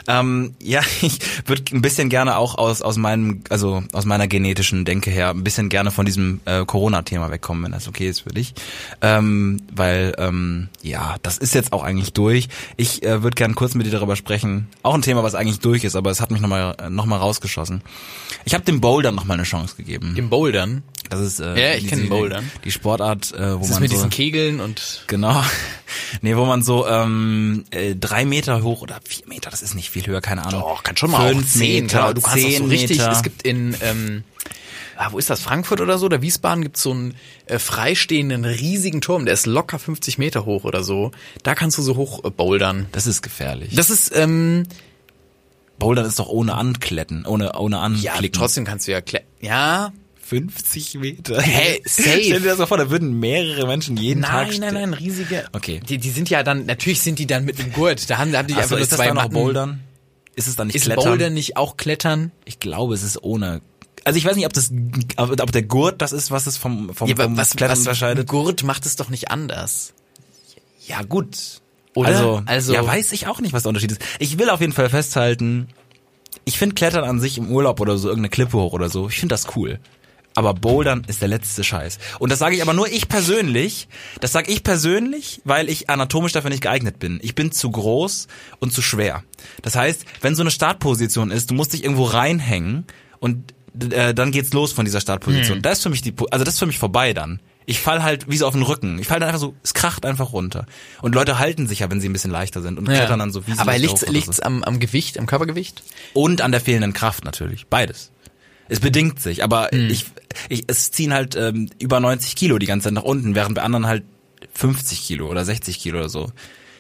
Ähm, ja, ich würde ein bisschen gerne auch aus, aus meinem, also aus meiner genetischen Denke her, ein bisschen gerne von diesem äh, Corona-Thema wegkommen, wenn das okay ist für dich. Ähm, weil, ähm, ja, das ist jetzt auch eigentlich durch. Ich äh, würde gerne kurz mit dir darüber sprechen. Auch ein Thema, was eigentlich durch ist, aber es hat mich nochmal noch mal rausgeschossen. Ich habe dem Boulder nochmal eine Chance gegeben. Im Bouldern. das ist äh, Ja, ich kenn diese- Bouldern. Die Sportart, äh, wo Das ist man mit so diesen Kegeln und Genau. Nee, wo man so ähm, äh, drei Meter hoch oder vier Meter, das ist nicht viel höher, keine Ahnung. Fünf Meter, genau, du kannst zehn das so richtig. Meter. Es gibt in ähm, ah, wo ist das? Frankfurt oder so? Oder Wiesbaden gibt's so einen äh, freistehenden riesigen Turm, der ist locker 50 Meter hoch oder so. Da kannst du so hoch äh, bouldern. das ist gefährlich. Das ist ähm, Bouldern ist doch ohne Ankletten, ohne ohne ja Anklicken. trotzdem kannst du ja kle- ja 50 Meter. Hä, safe. Stell dir das mal vor, da würden mehrere Menschen jeden Tag Nein, ste- nein, nein, riesige. Okay. Die, die sind ja dann, natürlich sind die dann mit einem Gurt. Da haben, da haben die Ach einfach nur so, Also ist das zwei dann noch Matten. Bouldern? Ist es dann nicht Ist Klettern? Bouldern nicht auch Klettern? Ich glaube, es ist ohne. Also ich weiß nicht, ob das ob ob der Gurt das ist, was es vom vom, Ja, aber vom was, Klettern was unterscheidet. Gurt macht es doch nicht anders. Ja, gut. Oder? Also, Also- ja, weiß ich auch nicht, was der Unterschied ist. Ich will auf jeden Fall festhalten, ich finde Klettern an sich im Urlaub oder so, irgendeine Klippe hoch oder so, ich finde das cool. Aber Bouldern ist der letzte Scheiß. Und das sage ich aber nur ich persönlich. Das sage ich persönlich, weil ich anatomisch dafür nicht geeignet bin. Ich bin zu groß und zu schwer. Das heißt, wenn so eine Startposition ist, du musst dich irgendwo reinhängen und äh, dann geht's los von dieser Startposition. Hm. Das ist für mich die, Po- also das ist für mich vorbei dann. Ich fall halt wie so auf den Rücken. Ich fall dann einfach so, es kracht einfach runter. Und Leute halten sich ja, wenn sie ein bisschen leichter sind und klettern dann so wie sie Aber nicht liegt's, drauf oder liegt's am, am Gewicht, am Körpergewicht? und an der fehlenden Kraft natürlich. Beides. Es bedingt sich, aber Hm. ich, ich, es ziehen halt ähm, über 90 Kilo die ganze Zeit nach unten, während bei anderen halt 50 Kilo oder 60 Kilo oder so.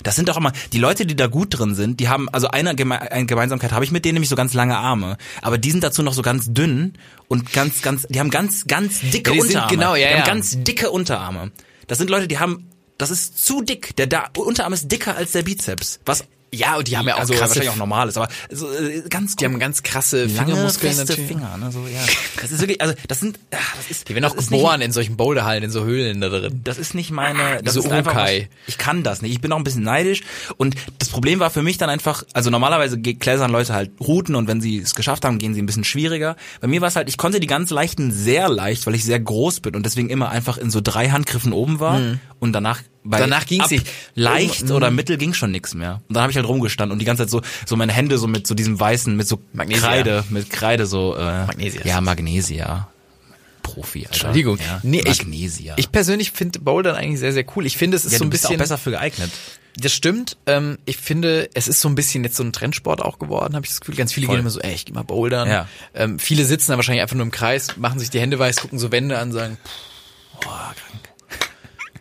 Das sind auch immer, die Leute, die da gut drin sind, die haben, also eine, Geme eine Gemeinsamkeit habe ich mit denen nämlich so ganz lange Arme, aber die sind dazu noch so ganz dünn und ganz, ganz, die haben ganz, ganz dicke Ja, die sind- Unterarme. genau, ja, die haben ja. ganz dicke Unterarme. Das sind Leute, die haben, das ist zu dick, der da, Unterarm ist dicker als der Bizeps, was Ja, und die haben ja auch also krasse, wahrscheinlich auch normales, aber so, äh, ganz die haben ganz krasse lange, Fingermuskeln feste natürlich. Finger, ne, so, ja. Das ist wirklich, also das sind, ah, das ist, Die werden auch das ist geboren Nicht, in solchen Boulderhallen, in so Höhlen da drin. das ist nicht meine, das Ah, So ist einfach, Urukai. was- ich kann das nicht. Ich bin auch ein bisschen neidisch und das Problem war für mich dann einfach, also normalerweise ge- kläsern Leute halt Routen und wenn sie es geschafft haben, gehen sie ein bisschen schwieriger. Bei mir war es halt, ich konnte die ganz leichten sehr leicht, weil ich sehr groß bin und deswegen immer einfach in so drei Handgriffen oben war und danach bei Mhm. Danach ging's ab nicht. Mhm. leicht Oben- oder mittel ging schon nichts mehr. Und dann habe ich halt rumgestanden und die ganze Zeit so so meine Hände so mit so diesem weißen mit so Magnesia. Kreide, mit Kreide so äh, Magnesia. Ja, Magnesia. Profi, Alter. Entschuldigung. Ja, Nee, ich- Magnesia. Ich persönlich finde Bouldern eigentlich sehr, sehr cool. Ich finde, es ist ja, so du ein bist bisschen, auch besser für geeignet. das stimmt. Ähm, ich finde, es ist so ein bisschen jetzt so ein Trendsport auch geworden, habe ich das Gefühl. Ganz viele Voll. gehen immer so, ey, ich geh mal Bouldern. Ja. Ähm, viele sitzen da wahrscheinlich einfach nur im Kreis, machen sich die Hände weiß, gucken so Wände an, sagen, Boah, krank.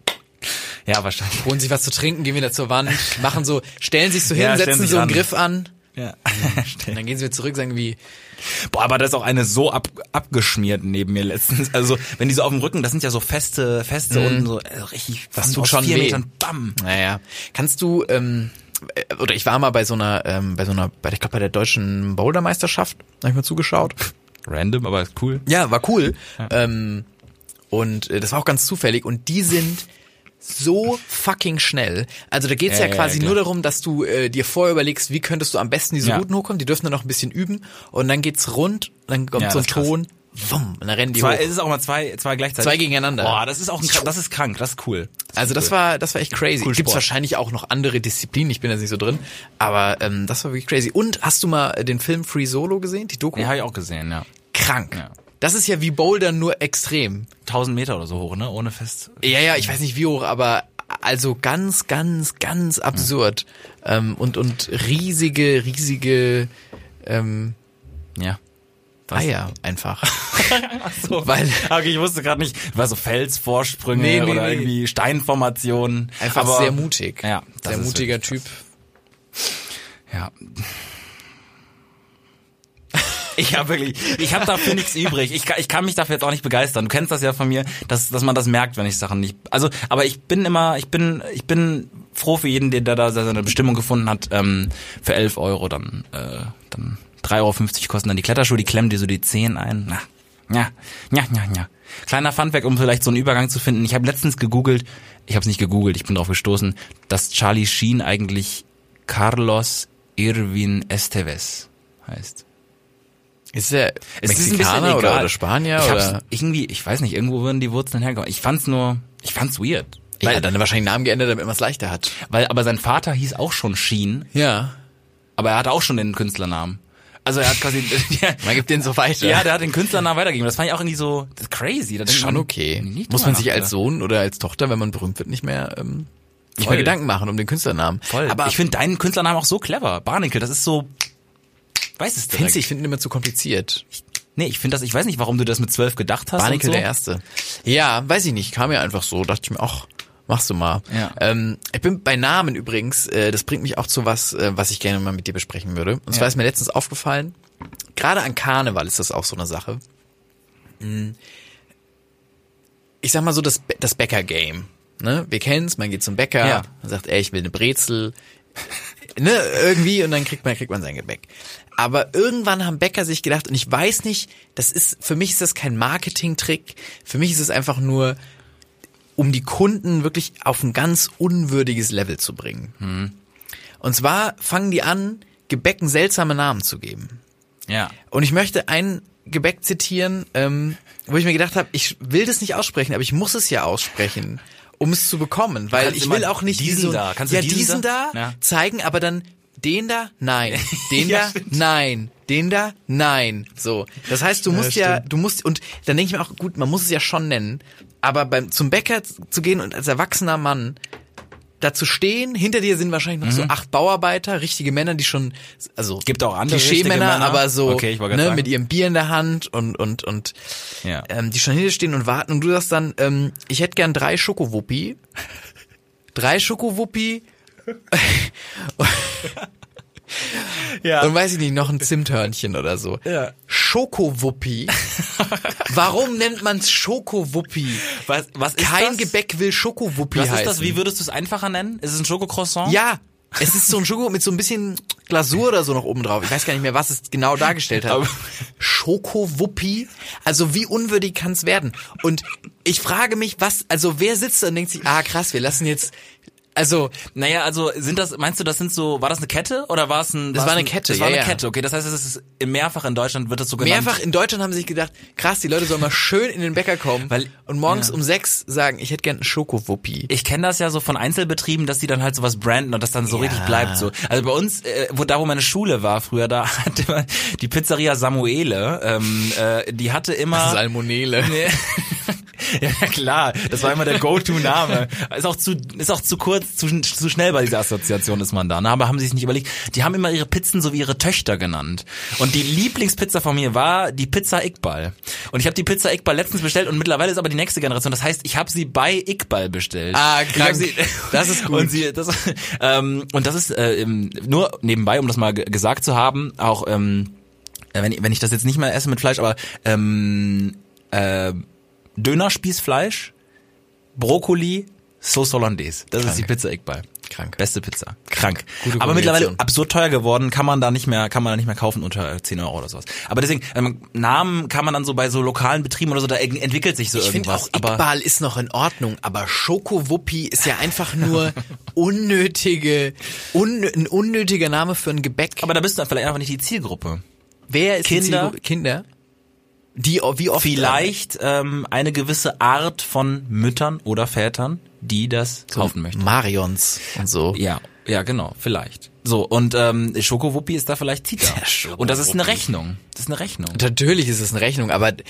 Ja, wahrscheinlich. holen sich was zu trinken, gehen wieder zur Wand, machen so, stellen sich so hin, Ja, stellen setzen sich so einen ran. Griff an. Ja. Und dann gehen sie wieder zurück, sagen wie, Boah, aber da ist auch eine so ab, abgeschmiert neben mir letztens. Also, wenn die so auf dem Rücken, das sind ja so feste, feste unten so äh, richtig Das von- tut aus schon vier weh. Metern, bam. naja, kannst du, ähm, äh, oder ich war mal bei so einer, ähm, bei so einer, bei, ich glaube bei der deutschen Bouldermeisterschaft, hab ich mal zugeschaut. Random, aber ist cool. Ja, war cool. Ähm, und äh, das war auch ganz zufällig. Und die sind so fucking schnell. Also da geht's Ja, ja, ja, quasi ja, klar. nur darum, dass du äh, dir vorher überlegst, wie könntest du am besten diese Ja. Routen hochkommen. Die dürfen dann noch ein bisschen üben und dann geht's rund, dann kommt Ja, so ein das ist krass. Ton, wumm, und dann rennen die Zwei, hoch. es ist auch mal zwei, zwei gleichzeitig. Zwei gegeneinander. Boah, das ist auch ein, kra- das ist krank, das ist cool. Also das cool. war das war echt crazy. Cool Gibt's Sport. wahrscheinlich auch noch andere Disziplinen, ich bin da nicht so drin, aber ähm, das war wirklich crazy. Und hast du mal äh, den Film Free Solo gesehen, die Doku? Ja, habe ich auch gesehen, ja. Krank. Ja. Das ist ja wie Bouldern nur extrem. 1000 Meter oder so hoch, ne? Ohne fest. Ja, ja, ich weiß nicht wie hoch, aber also ganz, ganz, ganz absurd. Ähm, und, und riesige, riesige ähm, Ja. Eier einfach. So, Weil- okay, ich wusste gerade nicht, war so Felsvorsprünge Nee, nee, oder nee. irgendwie Steinformationen. Einfach aber, sehr mutig. Ja, das sehr ist mutiger wirklich Typ. Ja. Ich habe wirklich, ich habe dafür nichts übrig. Ich, kann- ich kann mich dafür jetzt auch nicht begeistern. Du kennst das ja von mir, dass, dass man das merkt, wenn ich Sachen nicht. Also, aber ich bin immer, ich bin, ich bin froh für jeden, der da- da seine Bestimmung gefunden hat. Ähm, für 11 Euro dann, äh, dann 3,50 Euro kosten dann die Kletterschuhe, die klemmen dir so die Zehen ein. Na, ja, ja, ja, ja. Kleiner Funfact, um vielleicht so einen Übergang zu finden. Ich habe letztens gegoogelt, ich habe es nicht gegoogelt, ich bin drauf gestoßen, dass Charlie Sheen eigentlich Carlos Irwin Esteves heißt. Ist der Es ist ein bisschen Mexikaner oder, egal. oder Spanier ich hab's oder? irgendwie, ich weiß nicht, irgendwo würden die Wurzeln herkommen. Ich fand's nur, ich fand's weird. Ja, Weil, hat dann wahrscheinlich Namen geändert, damit man es leichter hat. weil aber sein Vater hieß auch schon Sheen, Ja. aber er hatte auch schon den Künstlernamen. Also er hat quasi Man gibt den so weiter. Ja, der hat den Künstlernamen weitergegeben. Das fand ich auch irgendwie so das ist crazy. Da ist denkt schon man, okay. nie drüber ne? Muss man sich als nachgedacht. Sohn oder als Tochter, wenn man berühmt wird, nicht mehr ähm, nicht Voll. mehr Gedanken machen um den Künstlernamen. Voll. Aber ich finde deinen Künstlernamen auch so clever. Barnickel, das ist so weiß es direkt. Findest du, ich finde ihn immer zu kompliziert. Nee, ich finde das, ich weiß nicht, warum du das mit zwölf gedacht hast. Barnickel und so. der Erste. Ja, weiß ich nicht, kam mir einfach so, dachte ich mir, ach, machst du mal. Ja. Ähm, ich bin bei Namen übrigens, äh, das bringt mich auch zu was, äh, was ich gerne mal mit dir besprechen würde. Und zwar Ja. ist mir letztens aufgefallen, gerade an Karneval ist das auch so eine Sache. Hm. Ich sag mal so, das, Be- das Bäcker-Game. Ne? Wir kennen's, man geht zum Bäcker, Ja. man sagt, ey, ich will eine Brezel, ne, irgendwie und dann kriegt man, kriegt man sein Gebäck. Aber irgendwann haben Bäcker sich gedacht, und ich weiß nicht, das ist, für mich ist das kein Marketing-Trick, für mich ist es einfach nur, um die Kunden wirklich auf ein ganz unwürdiges Level zu bringen. Und zwar fangen die an, Gebäcken seltsame Namen zu geben. Ja. Und ich möchte ein Gebäck zitieren, ähm, wo ich mir gedacht habe, ich will das nicht aussprechen, aber ich muss es ja aussprechen, um es zu bekommen, weil Kannst du ich will mal auch nicht diesen so, da, kannst du ja diesen diesen da, da? Ja. zeigen, aber dann den da, nein, den Ja, da, nein, den da, nein. So, das heißt, du musst ja, du musst und dann denke ich mir auch gut, man muss es ja schon nennen, aber beim zum Bäcker zu gehen und als erwachsener Mann da zu stehen, hinter dir sind wahrscheinlich noch so acht Bauarbeiter, richtige Männer, die schon, also Mhm. Gibt auch andere richtige Klischee-Männer, Männer. aber so Okay, ich wollte grad ne, sagen. mit ihrem Bier in der Hand und und und Ja. ähm, die schon hinter dir stehen und warten und du sagst dann, ähm, ich hätte gern drei Schokowuppi, drei Schokowuppi ja. und weiß ich nicht noch ein Zimthörnchen oder so. Ja. Schokowuppi. Warum nennt man's Schokowuppi? was, was ist Kein das? Gebäck will Schokowuppi Was heißen. ist das? Wie würdest du es einfacher nennen? Ist es ein Schokocroissant? Ja, es ist so ein Schoko mit so ein bisschen Glasur oder so noch oben drauf. Ich weiß gar nicht mehr, was es genau dargestellt hat. Aber- Schokowuppi. Also wie unwürdig kann's werden? Und ich frage mich, was, also wer sitzt da und denkt sich, ah krass, wir lassen jetzt, also Naja, also sind das, meinst du, das sind so, war das eine Kette oder war es ein. Das es war eine ein, Kette, Das war ja, eine ja. Kette, okay. Das heißt, es ist mehrfach in Deutschland wird das so genannt. mehrfach in Deutschland haben sie sich gedacht, krass, die Leute sollen mal schön in den Bäcker kommen Weil- und morgens ja. um sechs sagen, ich hätte gern einen Schokowuppi. Ich kenne das ja so von Einzelbetrieben, dass die dann halt sowas branden und das dann so richtig bleibt so. Also bei uns, äh, wo da wo meine Schule war früher, da hatte man die Pizzeria Samuele, ähm, äh, die hatte immer. Das ist Salmonele. ja klar, das war immer der Go-To-Name. Ist auch zu, ist auch zu kurz, zu, zu schnell bei dieser Assoziation ist man da. Ne? Aber haben sie sich nicht überlegt. Die haben immer ihre Pizzen so wie ihre Töchter genannt. Und die Lieblingspizza von mir war die Pizza Iqbal. Und ich habe die Pizza Iqbal letztens bestellt und mittlerweile ist aber die nächste Generation. Das heißt, ich habe sie bei Iqbal bestellt. Ah, Ich krank. hab sie- Das ist gut. Und sie, das, ähm, und das ist äh, ähm, nur nebenbei, um das mal ge- gesagt zu haben, auch ähm, äh, wenn, ich- wenn ich das jetzt nicht mehr esse mit Fleisch, aber ähm, äh, Dönerspießfleisch, Brokkoli, Sauce Hollandaise. Das ist die Pizza Eggball. Krank. Beste Pizza. Krank. Gute Aber mittlerweile Kombination. absurd teuer geworden, kann man da nicht mehr, kann man da nicht mehr kaufen unter äh, 10 Euro oder sowas. Aber deswegen, ähm, Namen kann man dann so bei so lokalen Betrieben oder so, da ent- entwickelt sich so Ich finde irgendwas. auch Iqbal ist noch in Ordnung, aber Schokowuppi ist ja einfach nur unnötige, un, ein unnötiger Name für ein Gebäck. aber da bist du dann vielleicht einfach nicht die Zielgruppe. wer ist die Kinder? Zielgruppe? Kinder? Die, o- wie oft? Vielleicht ähm, eine gewisse Art von Müttern oder Vätern, die das kaufen möchten. Äh, Marions und so. Ja, ja, genau, vielleicht. So, und ähm, Schokowuppi ist da vielleicht Tita. Schokowuppi. Und das ist eine Rechnung. Das ist eine Rechnung. Natürlich ist es eine Rechnung, aber d-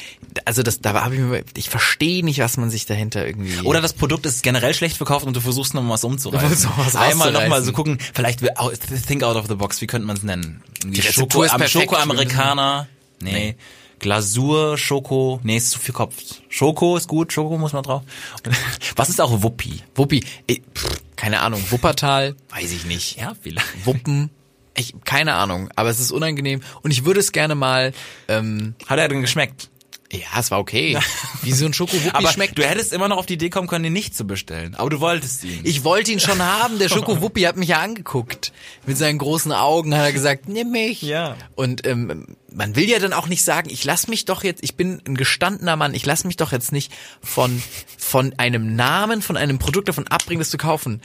also das, da habe ich mir, ich verstehe nicht, was man sich dahinter irgendwie. Oder das Produkt ist generell schlecht verkauft und du versuchst nochmal was umzureißen. Du versuchst noch was Einmal auszureißen. nochmal so gucken, vielleicht wir- out- think out of the box, wie könnte man es nennen? Die Rezeptur ist perfekt. Schoko-Amerikaner. Nee. Glasur, Schoko, nee, ist zu viel Kopf. Schoko ist gut, Schoko muss man drauf. Was ist auch Wuppi? Wuppi, eh, pff, keine Ahnung, Wuppertal, weiß ich nicht. Ja, vielleicht. Wuppen, ich keine Ahnung, aber es ist unangenehm und ich würde es gerne mal. Ähm, Hat er denn geschmeckt? ja, es war okay. Wie so ein Schokowuppi Aber schmeckt. du hättest immer noch auf die Idee kommen können, ihn nicht zu bestellen. Aber du wolltest ihn. Ich wollte ihn schon haben. Der Schokowuppi hat mich ja angeguckt. Mit seinen großen Augen hat er gesagt, nimm mich. Ja. Und ähm, man will ja dann auch nicht sagen, ich lass mich doch jetzt, ich bin ein gestandener Mann, ich lass mich doch jetzt nicht von, von einem Namen, von einem Produkt davon abbringen, das zu kaufen.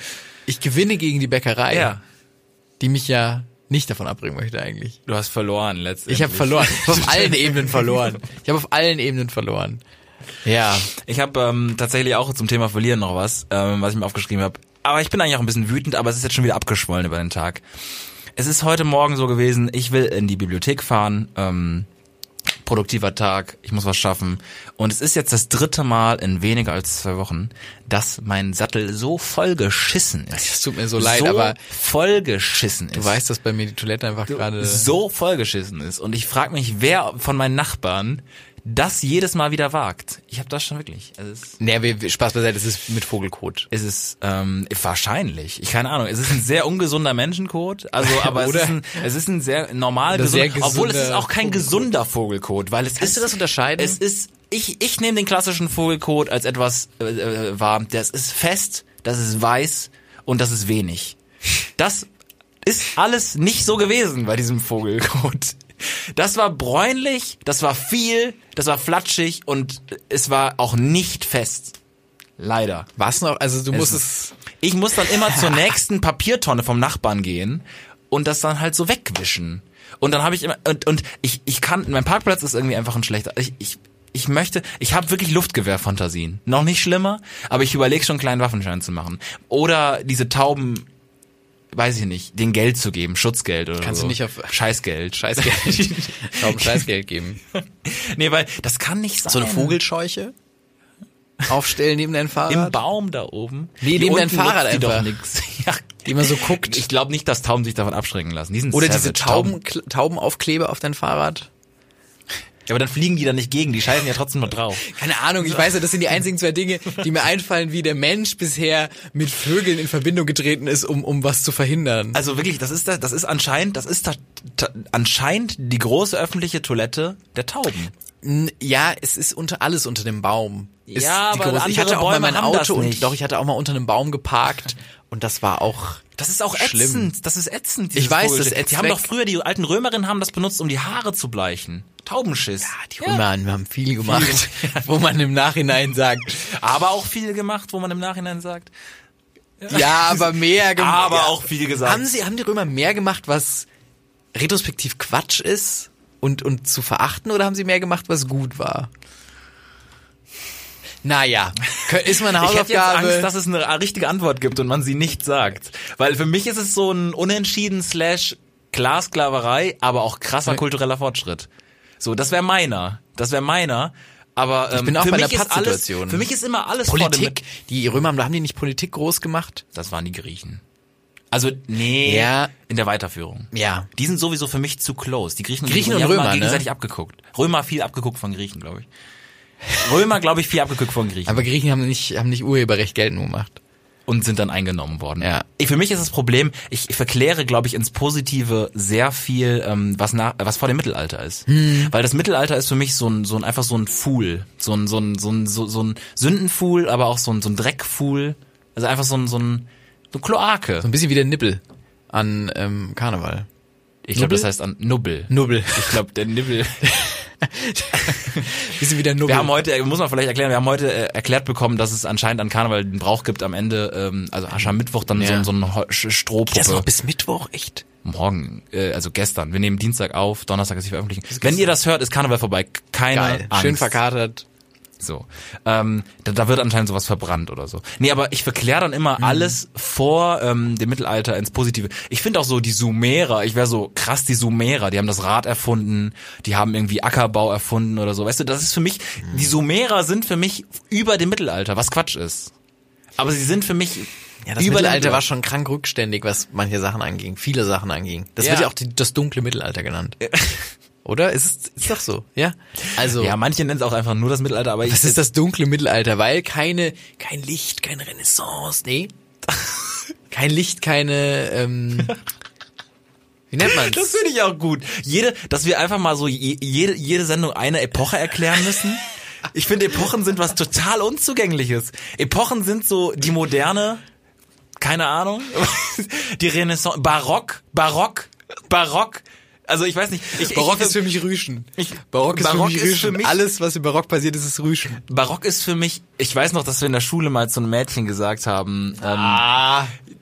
Ich gewinne gegen die Bäckerei, die mich ja nicht davon abbringen möchte eigentlich. Du hast verloren letztendlich. Ich habe verloren. Ich hab auf allen Ebenen verloren. Ich habe auf allen Ebenen verloren. Ja. Ich habe ähm, tatsächlich auch zum Thema Verlieren noch was, ähm, was ich mir aufgeschrieben habe. Aber ich bin eigentlich auch ein bisschen wütend, aber es ist jetzt schon wieder abgeschwollen über den Tag. Es ist heute Morgen so gewesen, ich will in die Bibliothek fahren, ähm, produktiver Tag, ich muss was schaffen. Und es ist jetzt das dritte Mal in weniger als zwei Wochen, dass mein Sattel so voll geschissen ist. Es tut mir so leid, aber- voll geschissen ist Du weißt, dass bei mir die Toilette einfach gerade... so vollgeschissen ist. Und ich frage mich, wer von meinen Nachbarn das jedes Mal wieder wagt. Ich habe das schon wirklich. Also es, Nee, wir, wir- Spaß beiseite, es ist mit Vogelkot. es ist ähm, wahrscheinlich, ich keine Ahnung, es ist ein sehr ungesunder Menschencode, also aber es, Oder- ist ein, es ist ein sehr normal Oder gesunder, sehr gesunder obwohl es ist auch kein gesunder Vogelkot, weil es Kannst ist, du das unterscheiden? Es ist, ich, ich nehme den klassischen Vogelkot als etwas äh, äh, wahr, das ist fest, das ist weiß und das ist wenig. Das ist alles nicht so gewesen bei diesem Vogelkot. Das war bräunlich, das war viel, das war flatschig und es war auch nicht fest. Leider. Was noch? Also du musst es... Es- ich muss dann immer zur nächsten Papiertonne vom Nachbarn gehen und das dann halt so wegwischen. Und dann habe ich immer und, und ich ich kann mein Parkplatz ist irgendwie einfach ein schlechter. Ich ich ich möchte, ich habe wirklich Luftgewehrfantasien. Noch nicht schlimmer, aber ich überlege schon einen kleinen Waffenschein zu machen oder diese Tauben weiß ich nicht, den Geld zu geben, Schutzgeld oder Kannst so. du nicht auf- Scheißgeld, Scheißgeld. Kaum Scheißgeld geben. nee, weil das kann nicht sein. So eine Vogelscheuche? Aufstellen neben dein im Fahrrad? Baum da oben. Nee, Die neben dein unten Fahrrad nutzt die einfach. Doch nix. Ja. Die immer so guckt. Ich glaube nicht, dass Tauben sich davon abschrecken lassen. Die sind Oder diese savage. Tauben, Kl- Taubenaufkleber auf dein Fahrrad? Ja, aber dann fliegen die da nicht gegen, die scheißen ja trotzdem noch drauf. Keine Ahnung, ich weiß ja, das sind die einzigen zwei Dinge, die mir einfallen, wie der Mensch bisher mit Vögeln in Verbindung getreten ist, um, um was zu verhindern. Also wirklich, das ist das, das ist anscheinend, das ist da, ta, anscheinend die große öffentliche Toilette der Tauben. N- Ähm, Ja, es ist unter alles unter dem Baum. Ist Ja, die aber große- ich hatte andere auch mal mein Bäume haben das Auto und nicht. doch, ich hatte auch mal unter einem Baum geparkt und das war auch Das ist auch Schlimm. ätzend. Das ist ätzend. dieses Ich weiß, das Vogelschiss. ätzt Die haben weg. doch früher die alten Römerinnen haben das benutzt, um die Haare zu bleichen. Taubenschiss. Ja, Die Römer haben viel gemacht, wo man im Nachhinein sagt, Aber auch viel gemacht, wo man im Nachhinein sagt. ja, aber mehr gemacht. Aber ja. auch viel gesagt. Haben sie, haben die Römer mehr gemacht, was retrospektiv Quatsch ist und, und zu verachten oder haben sie mehr gemacht, was gut war? Naja, kö- ist meine Ich hätte jetzt Hausaufgabe. Angst, dass es eine richtige Antwort gibt und man sie nicht sagt. Weil für mich ist es so ein unentschieden slash Glassklaverei, aber auch krasser kultureller Fortschritt. So, das wäre meiner. Das wäre meiner. Aber ähm, ich bin auch für bei mich der ist alles, Pattsituation. Für mich ist immer alles Vor dem, Politik, die Römer haben, haben die nicht Politik groß gemacht? das waren die Griechen. Also, nee, Ja. in der Weiterführung. Ja. Die sind sowieso für mich zu close. Die Griechen und, Griechen und die haben Römer, immer ne? gegenseitig abgeguckt. Römer viel abgeguckt von Griechen, glaube ich. Römer, glaube ich, viel abgeguckt von Griechen. Aber Griechen haben nicht, haben nicht Urheberrecht geltend gemacht. und sind dann eingenommen worden. Ja. Ich, für mich ist das Problem, ich verkläre, glaube ich, ins Positive sehr viel, ähm, was nach, was vor dem Mittelalter ist. Hm. Weil das Mittelalter ist für mich so ein, so ein einfach so ein Fool, so ein, so ein, so ein, so, so ein Sündenfuhl, aber auch so ein, so ein Dreckfuhl. Also einfach so ein, so ein So Kloake. So ein bisschen wie der Nippel an ähm, Karneval. Ich glaube, das Nubbel? heißt an Nubbel. Nubbel. Ich glaube, der Nibbel. bisschen wie der Nubbel. Wir haben heute, äh, muss man vielleicht erklären, wir haben heute äh, erklärt bekommen, dass es anscheinend an Karneval den Brauch gibt am Ende, ähm, also Aschermittwoch dann Ja. so, so ein Ho- Sch- Strohpuppe. das noch bis Mittwoch, echt? Morgen, äh, also gestern. Wir nehmen Dienstag auf, Donnerstag ist die Veröffentlichung. Wenn ihr das hört, ist Karneval vorbei. Keine Geil. Angst. Schön verkatert. So. Ähm, da, da wird anscheinend sowas verbrannt oder so. Nee, aber ich verkläre dann immer Mhm. alles vor ähm, dem Mittelalter ins Positive. Ich finde auch so die Sumerer, ich wäre so krass die Sumerer, die haben das Rad erfunden, die haben irgendwie Ackerbau erfunden oder so. Weißt du, das ist für mich, Mhm. die Sumerer sind für mich über dem Mittelalter, was Quatsch ist. Aber sie sind für mich Ja, das über dem Mittelalter war schon krank rückständig, was manche Sachen anging, viele Sachen anging. Das Ja. wird ja auch die, das dunkle Mittelalter genannt. Oder? Ist, ist doch so, ja? Also, Ja, manche nennen es auch einfach nur das Mittelalter, aber ich, das ist das dunkle Mittelalter, weil keine, kein Licht, keine Renaissance, nee. kein Licht, keine, ähm, wie nennt man's? Das finde ich auch gut. Jede, dass wir einfach mal so je, jede, jede Sendung eine Epoche erklären müssen. Ich finde, Epochen sind was total Unzugängliches. Epochen sind so die moderne, keine Ahnung, die Renaissance, Barock, Barock, Barock. Also ich weiß nicht. Ich, Barock ich, ist für mich Rüschen. Ich- Barock ist für Barock mich ist Rüschen. für mich- Alles, was im Barock passiert ist, ist Rüschen. Barock ist für mich, ich weiß noch, dass wir in der Schule mal zu einem Mädchen gesagt haben, ähm, Ah.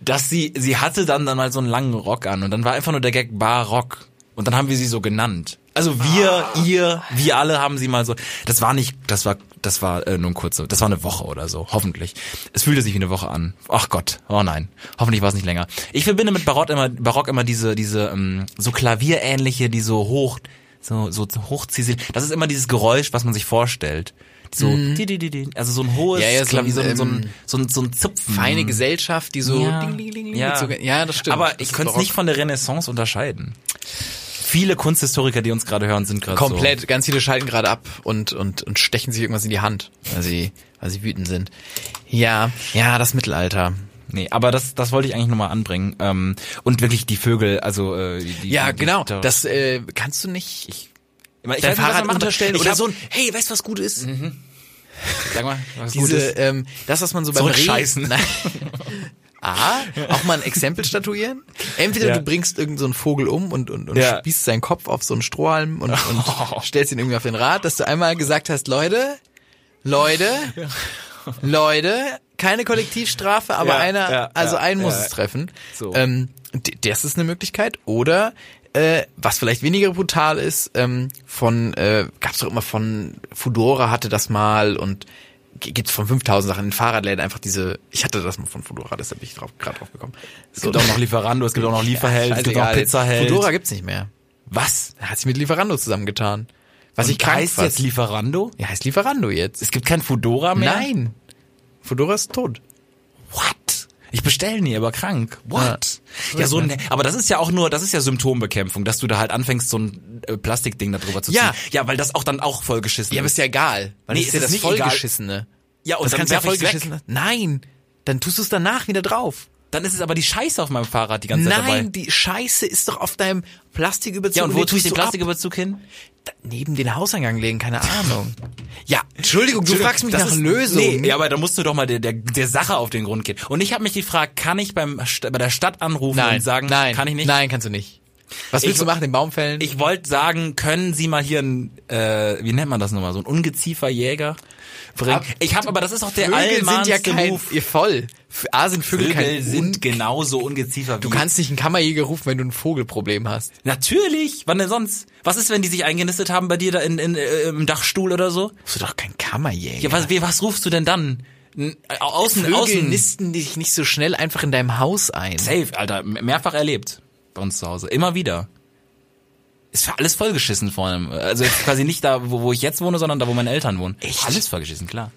dass sie, sie hatte dann, dann mal so einen langen Rock an und dann war einfach nur der Gag Barock. Und dann haben wir sie so genannt. Also wir, Ah. ihr, wir alle haben sie mal so. Das war nicht, das war, das war äh, nur ein kurzer, das war eine Woche oder so, hoffentlich. Es fühlte sich wie eine Woche an. Ach Gott, oh nein. Hoffentlich war es nicht länger. Ich verbinde mit Barock immer, Barock immer diese, diese, ähm, so klavierähnliche, die so hoch, so, so hochziehen. Das ist immer dieses Geräusch, was man sich vorstellt. So, di- di- di- di. also so ein hohes, Ja, ja, so ein, Klavier, so, ein, so, ein, ähm, so, ein, so ein Zupfen. Mhm. Feine Gesellschaft, die so ding, ding, ding, ding, mit so- ja, das stimmt. Aber Das ich ist könnte es Barock. nicht von der Renaissance unterscheiden. Viele Kunsthistoriker, die uns gerade hören, sind Also- gerade Komplett, ganz viele schalten gerade ab und, und, und stechen sich irgendwas in die Hand, weil sie, weil sie wütend sind. Ja, ja, das Mittelalter. So. Nee, aber das, das wollte ich eigentlich nochmal anbringen. Ähm, Und wirklich die Vögel, also äh, die, die- Ja, die, genau. die- Das äh, kannst du nicht. Ich, ich weiß dein nicht, was wir Fahrrad machen unterstellen Ich oder hab- so ein, hey, weißt du, was gut ist? Mhm. Sag mal, was gut Diese, ist. ähm, das, was man so beim Zurückscheißen. Reden- Nein. A, auch mal ein Exempel statuieren. Entweder Ja. du bringst irgendeinen so einen Vogel um und, und, und Ja. spießt seinen Kopf auf so einen Strohhalm und, und stellst ihn irgendwie auf den Rad, dass du einmal gesagt hast, Leute, Leute, Leute, keine Kollektivstrafe, aber Ja, einer, ja, also ja, einen muss ja. es treffen. So. Ähm, d- das ist eine Möglichkeit. Oder äh, was vielleicht weniger brutal ist, ähm, von äh, gab's doch immer von Fudora hatte das mal und g- gibt's von 5000 Sachen in Fahrradläden einfach diese. Ich hatte das mal von Fudora, deshalb bin ich drauf gerade drauf gekommen. Es gibt auch noch Lieferando, es gibt auch noch Lieferheld, es gibt auch noch Pizzaheld. Fudora gibt's nicht mehr. Was? Hat sich mit Lieferando zusammengetan. Was ich Und krank heißt fand. jetzt Lieferando? ja, heißt Lieferando jetzt. Es gibt kein Fudora mehr? Nein, Fudora ist tot. What? Ich bestelle nie, aber krank. What? Ja, so ein, aber das ist ja auch nur, das ist ja Symptombekämpfung, dass du da halt anfängst, so ein äh, Plastikding da drüber zu ziehen. Ja. ja, weil das auch dann auch vollgeschissen Ja, aber ist. ist ja egal. Weil Nee, das ist ja es das ist nicht egal. Vollgeschissene. Ja, und das dann kannst du ja werf ich's vollgeschissen lassen. Nein, dann tust du es danach wieder drauf. Dann ist es aber die Scheiße auf meinem Fahrrad die ganze Zeit dabei. Nein, die Scheiße ist doch auf deinem Plastiküberzug. ja, und wo den tue ich den tust du ab? Plastiküberzug hin? Da- Neben den Hauseingang legen, keine Ahnung. ja, Entschuldigung, du fragst mich Das nach ist- Lösungen. Nee, ja, aber da musst du doch mal der, der, der Sache auf den Grund gehen. Und ich habe mich gefragt, kann ich beim St bei der Stadt anrufen nein, und sagen, nein, kann ich nicht? Nein, kannst du nicht. Was willst Ich- du machen, den Baum fällen? Ich wollte sagen, können Sie mal hier ein, äh, wie nennt man das nochmal, so ein ungeziefer Jäger bringen. ich habe, aber das ist doch der Vögel sind ja allmannste kein, Move. ihr voll. F- A sind Vögel, Vögel kein sind genauso ungeziefer wie. Du kannst nicht einen Kammerjäger rufen, wenn du ein Vogelproblem hast. Natürlich! Wann denn sonst? Was ist, wenn die sich eingenistet haben bei dir da in, in, äh, im Dachstuhl oder so? Bist du doch kein Kammerjäger. Ja, was, wie, was rufst du denn dann? N- äh, Außen, Vögel außen. nisten dich nicht so schnell einfach in deinem Haus ein. Safe, Alter. M- Mehrfach erlebt. Bei uns zu Hause. Immer wieder. Ist für alles vollgeschissen vor allem. Also jetzt quasi nicht da, wo, wo ich jetzt wohne, sondern da, wo meine Eltern wohnen. Echt? Alles vollgeschissen, klar.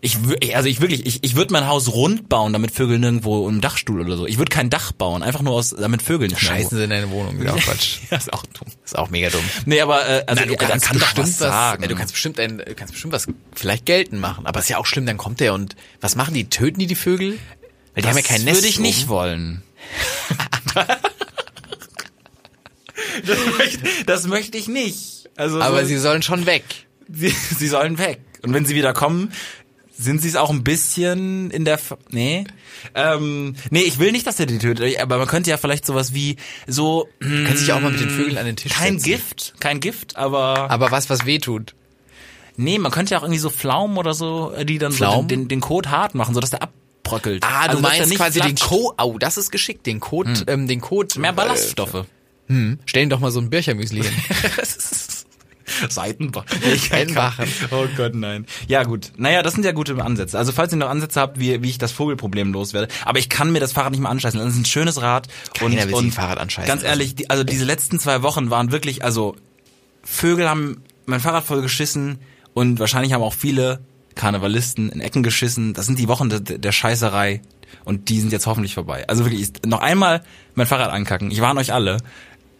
Ich, wür- also ich wirklich, ich, ich würde mein Haus rund bauen, damit Vögel nirgendwo im Dachstuhl oder so. Ich würde kein Dach bauen, einfach nur aus, damit Vögel nicht mehr Scheißen sie in deine Wohnung. Ja, Quatsch. irgendwo- Ja, ist auch dumm. Ist auch mega dumm. Nee, aber äh, also Na, du äh, dann kannst kann doch bestimmt was, sagen. ja, du kannst bestimmt ein, du kannst bestimmt was vielleicht geltend machen, aber ist ja auch schlimm, dann kommt der und was machen die? Töten die die Vögel? Weil die haben ja kein Nest. würde ich oben. nicht wollen. das, möchte, das möchte ich nicht. Also Aber so- sie sollen schon weg. sie, sie sollen weg. Und wenn sie wieder kommen, sind sie es auch ein bisschen in der F nee ähm, nee ich will nicht dass er die tötet aber man könnte ja vielleicht sowas wie so hm, Kannst dich auch mal mit den Vögeln an den Tisch kein setzen. Gift kein Gift aber Aber was, was weh tut. nee man könnte ja auch irgendwie so Pflaumen oder so äh, die dann so Pflaumen? den, den, den Kot hart machen sodass der abbröckelt Ah, du Also, dass der meinst nicht quasi den flatscht. Code. Au, das ist geschickt. Den Code, ähm, den Code. mehr Ballaststoffe Äh, stell ihm doch mal so ein Birchermüsli hin. Seitenbach. Seitenbacher. Oh Gott, nein. Ja, gut. Naja, das sind ja gute Ansätze. Also, falls ihr noch Ansätze habt, wie, wie ich das Vogelproblem loswerde. Aber ich kann mir das Fahrrad nicht mehr anscheißen. Das ist ein schönes Rad. Keiner will sich ein Fahrrad anscheißen Ganz lassen. ehrlich, die, also diese letzten zwei Wochen waren wirklich, also Vögel haben mein Fahrrad voll geschissen und wahrscheinlich haben auch viele Karnevalisten in Ecken geschissen. Das sind die Wochen der, der Scheißerei und die sind jetzt hoffentlich vorbei. Also wirklich, ist- noch einmal mein Fahrrad ankacken. Ich warne euch alle.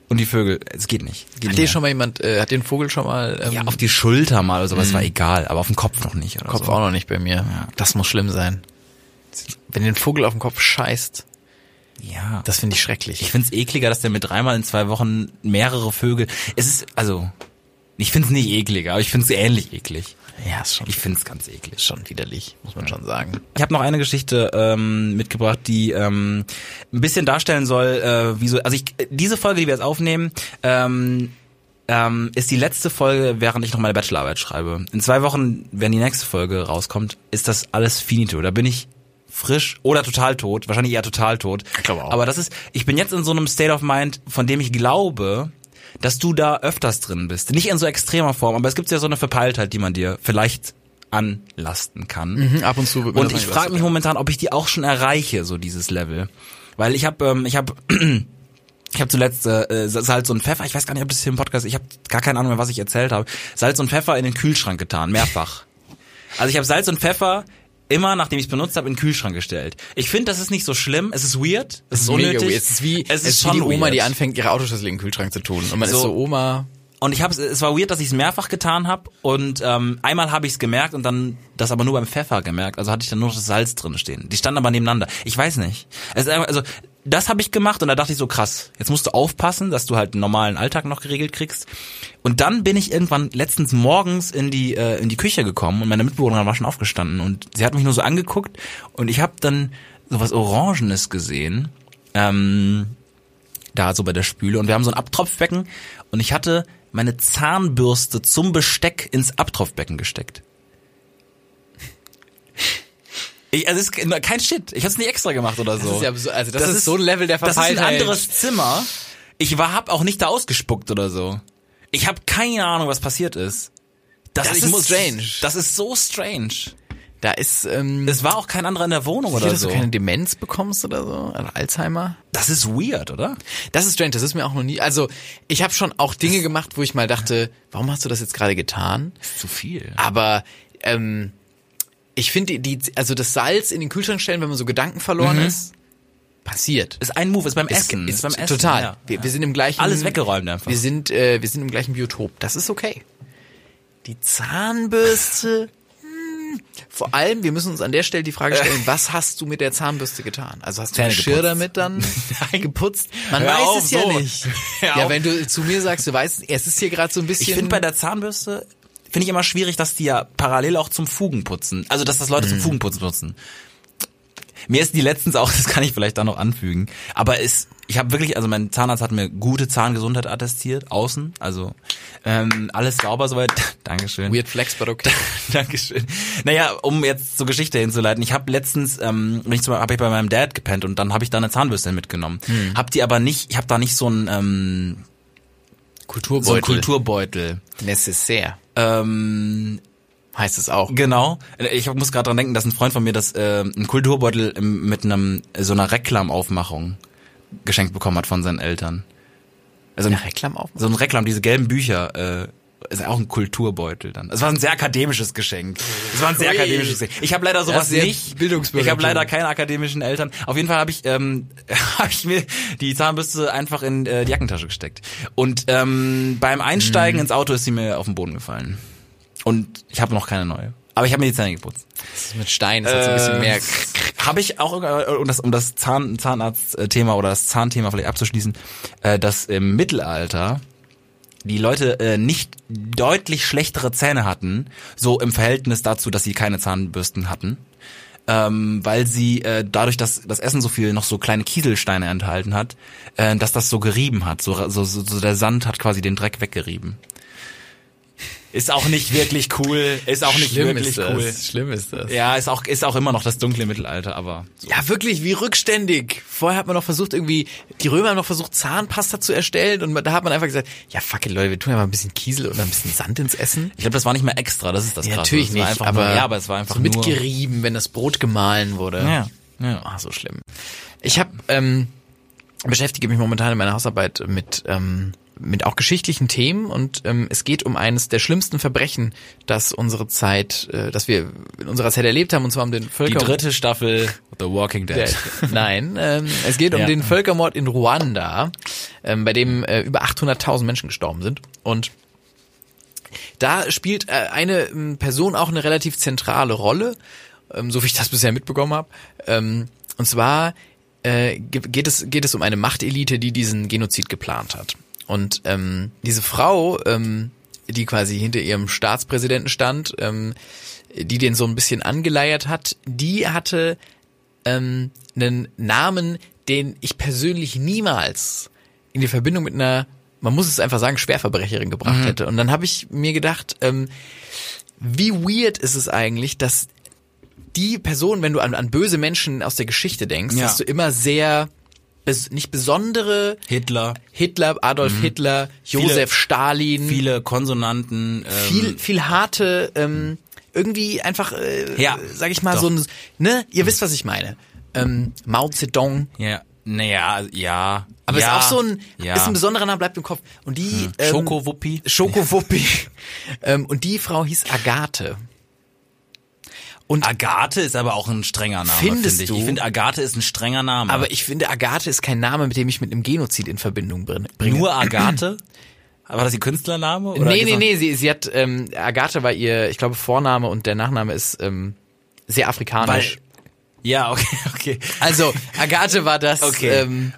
Und die Vögel, es geht nicht. Geht Hat nicht dir mehr. schon mal jemand, äh, hat den Vogel schon mal ähm, Ja, auf die Schulter mal oder sowas war egal, aber auf den Mhm. Kopf noch nicht. Oder Kopf so. auch noch nicht bei mir. Das muss schlimm sein. Wenn den Vogel auf den Kopf scheißt, Ja. das finde ich schrecklich. ich find's ekliger, dass der mit dreimal in zwei Wochen mehrere Vögel. Es ist, also, ich find's nicht ekliger, aber ich find's ähnlich eklig. ja, ist schon, Ich find's ganz eklig. schon widerlich, muss man schon sagen. Ich habe noch eine Geschichte ähm, mitgebracht, die ähm, ein bisschen darstellen soll, äh, wieso. Also ich, diese Folge, die wir jetzt aufnehmen, ähm, ähm, ist die letzte Folge, während ich noch meine Bachelorarbeit schreibe. In zwei Wochen, wenn die nächste Folge rauskommt, ist das alles finito. Da bin ich frisch oder total tot. Wahrscheinlich eher total tot. Ich glaube auch. Aber das ist, ich bin jetzt in so einem State of Mind, von dem ich glaube, dass du da öfters drin bist. Nicht in so extremer Form, aber es gibt ja so eine Verpeiltheit, die man dir vielleicht anlasten kann. Mhm, Ab und zu wird mir Und das ich mal frage mich momentan, ob ich die auch schon erreiche, so dieses Level. Weil ich habe, ähm, ich habe, ich habe zuletzt äh, äh, Salz und Pfeffer, ich weiß gar nicht, ob das hier im Podcast, ich habe gar keine Ahnung mehr, was ich erzählt habe, Salz und Pfeffer in den Kühlschrank getan, mehrfach. Also ich habe Salz und Pfeffer immer, nachdem ich es benutzt habe, in den Kühlschrank gestellt. Ich finde, das ist nicht so schlimm, es ist weird, es ist unnötig. Mega weird. Es ist wie, es ist, wie schon die Oma, weird. die anfängt, ihre Autoschlüssel in den Kühlschrank zu tun. Und man So. ist so, Oma, Und ich habe es war weird, dass ich es mehrfach getan habe und ähm, einmal habe ich es gemerkt und dann das aber nur beim Pfeffer gemerkt. Also hatte ich dann nur noch das Salz drin stehen. Die standen aber nebeneinander. Ich weiß nicht. Es ist einfach- also das habe ich gemacht und da dachte ich so krass. Jetzt musst du aufpassen, dass du halt einen normalen Alltag noch geregelt kriegst. Und dann bin ich irgendwann letztens morgens in die äh, in die Küche gekommen und meine Mitbewohnerin war schon aufgestanden und sie hat mich nur so angeguckt und ich habe dann sowas Orangenes gesehen. Ähm, da so bei der Spüle und wir haben so ein Abtropfbecken und ich hatte meine Zahnbürste zum Besteck ins Abtropfbecken gesteckt. Ich, also es ist ke- kein Shit. Ich hab's nicht extra gemacht oder so. ist ja absurd. Also das ist so ein Level der Das ist ein Verpeiltheit. anderes Zimmer. Ich war hab auch nicht da ausgespuckt oder so. Ich habe keine Ahnung, was passiert ist. Das ich ist strange. Das ist so strange. da ist, ähm, Es war auch kein anderer in der Wohnung sicher, oder dass so. du keine Demenz bekommst oder so, oder Alzheimer. Das ist weird, oder? Das ist strange, das ist mir auch noch nie, also ich habe schon auch Dinge gemacht, wo ich mal dachte, warum hast du das jetzt gerade getan? Zu viel. Aber ähm, ich finde, die, die, also das Salz in den Kühlschrank stellen, wenn man so Gedanken verloren ist, passiert. Ist ein Move, ist beim Essen. ist, beim Essen. total. ja. Wir, wir sind im gleichen. Alles weggeräumt einfach. Wir sind, äh, wir sind im gleichen Biotop. Das ist okay. Die Zahnbürste. hm, Vor allem, wir müssen uns an der Stelle die Frage stellen, was hast du mit der Zahnbürste getan? Also hast du Zähne Geschirr geputzt. damit dann geputzt? Man Hör weiß auf, es ja so. nicht. Hör ja, auf. wenn du zu mir sagst, du weißt, es ist hier gerade so ein bisschen. Ich finde bei der Zahnbürste finde ich immer schwierig, dass die ja parallel auch zum Fugenputzen, also dass das Leute zum Fugenputzen nutzen. Mir ist die letztens auch, das kann ich vielleicht da noch anfügen, aber es, ich habe wirklich, also mein Zahnarzt hat mir gute Zahngesundheit attestiert, außen, also ähm, alles sauber soweit. Dankeschön. Weird Flex, but okay. Dankeschön. Naja, um jetzt zur Geschichte hinzuleiten, ich habe letztens, ähm, bin ich zum- hab ich bei meinem Dad gepennt und dann habe ich da eine Zahnbürste mitgenommen. Hab die aber nicht, ich habe da nicht so einen, ähm, Kulturbeutel. so einen Kulturbeutel. Necessaire Ähm, heißt es auch. Genau. Ich muss gerade dran denken, dass ein Freund von mir das äh, einen Kulturbeutel im, mit einem so einer Reklamaufmachung geschenkt bekommen hat von seinen Eltern. Also ein, Reklam auf. so ein Reklam, diese gelben Bücher. Äh, ist auch ein Kulturbeutel dann. Es war ein sehr akademisches Geschenk. Es war ein sehr Ui. akademisches Geschenk. Ich habe leider sowas ist sehr nicht. Bildungsbürgertum. Ich habe leider keine akademischen Eltern. Auf jeden Fall habe ich ähm, habe ich mir die Zahnbürste einfach in äh, die Jackentasche gesteckt. Und ähm, beim Mhm. Einsteigen ins Auto ist sie mir auf den Boden gefallen. Und ich habe noch keine neue. Aber ich habe mir die Zähne geputzt. Das ist mit Stein, das hat so ein Äh, bisschen mehr. Habe ich auch, äh, um das, um das Zahn, Zahnarzt-Thema oder das Zahnthema vielleicht abzuschließen, äh, dass im Mittelalter die Leute äh, nicht deutlich schlechtere Zähne hatten, so im Verhältnis dazu, dass sie keine Zahnbürsten hatten. Ähm, weil sie äh, dadurch, dass das Essen so viel noch so kleine Kieselsteine enthalten hat, äh, dass das so gerieben hat. So, so, so, so der Sand hat quasi den Dreck weggerieben. Ist auch nicht wirklich cool. Ist auch nicht Schlimm wirklich ist das. cool. Schlimm ist das. Ja, ist auch, ist auch immer noch das dunkle Mittelalter, aber so. Ja, wirklich, wie rückständig. Vorher hat man noch versucht, irgendwie, die Römer haben noch versucht, Zahnpasta zu erstellen und da hat man einfach gesagt, ja fuck it, Leute, wir tun ja mal ein bisschen Kiesel oder ein bisschen Sand ins Essen. Ich glaube, das war nicht mehr extra, das ist das Ja, Krasse. natürlich es war nicht, einfach aber, nur, ja, aber es war einfach so nur mitgerieben, wenn das Brot gemahlen wurde. Ja, ja. Ah, so schlimm. Ich habe ähm, beschäftige mich momentan in meiner Hausarbeit mit ähm, mit auch geschichtlichen Themen und ähm, es geht um eines der schlimmsten Verbrechen, das unsere Zeit, äh, das wir in unserer Zeit erlebt haben, und zwar um den die Völker dritte Staffel The Walking Dead. der- Nein, ähm, es geht um Ja. den Völkermord in Ruanda, ähm, bei dem äh, über 800.000 Menschen gestorben sind. Und da spielt äh, eine ähm, Person auch eine relativ zentrale Rolle, ähm, so wie ich das bisher mitbekommen habe. Ähm, und zwar äh, ge- geht es geht es um eine Machtelite, die diesen Genozid geplant hat. Und ähm, diese Frau, ähm, die quasi hinter ihrem Staatspräsidenten stand, ähm, die den so ein bisschen angeleiert hat, die hatte ähm, einen Namen, den ich persönlich niemals in die Verbindung mit einer, man muss es einfach sagen, Schwerverbrecherin gebracht Mhm. hätte. Und dann habe ich mir gedacht, ähm, wie weird ist es eigentlich, dass die Person, wenn du an, an böse Menschen aus der Geschichte denkst, Ja. dass du immer sehr bes nicht besondere Hitler, Hitler, Adolf Hitler, Josef Mhm. Viele- Stalin, viele Konsonanten, ähm, viel viel harte ähm, irgendwie einfach äh, Ja, sag ich mal doch. so ein ne ihr wisst was ich meine ähm, Mao Zedong Ja, naja, ja. aber ja, ist auch so ein ja. Hm. ist ein besonderer Name bleibt im Kopf und die ähm, Schokowuppi. Schokowuppi ähm, und die Frau hieß Agathe Und Agathe ist aber auch ein strenger Name, Findest finde ich. du? Ich finde, Agathe ist ein strenger Name. aber ich finde Agathe ist kein Name mit dem ich mit einem Genozid in Verbindung brin- bringe nur Agathe? aber das ist die Künstlername? Oder nee gibt's nee noch- nee sie sie hat ähm, Agathe war ihr ich glaube Vorname und der Nachname ist ähm, sehr Weil, afrikanisch ja, okay, okay. also Agathe war das Okay. ähm,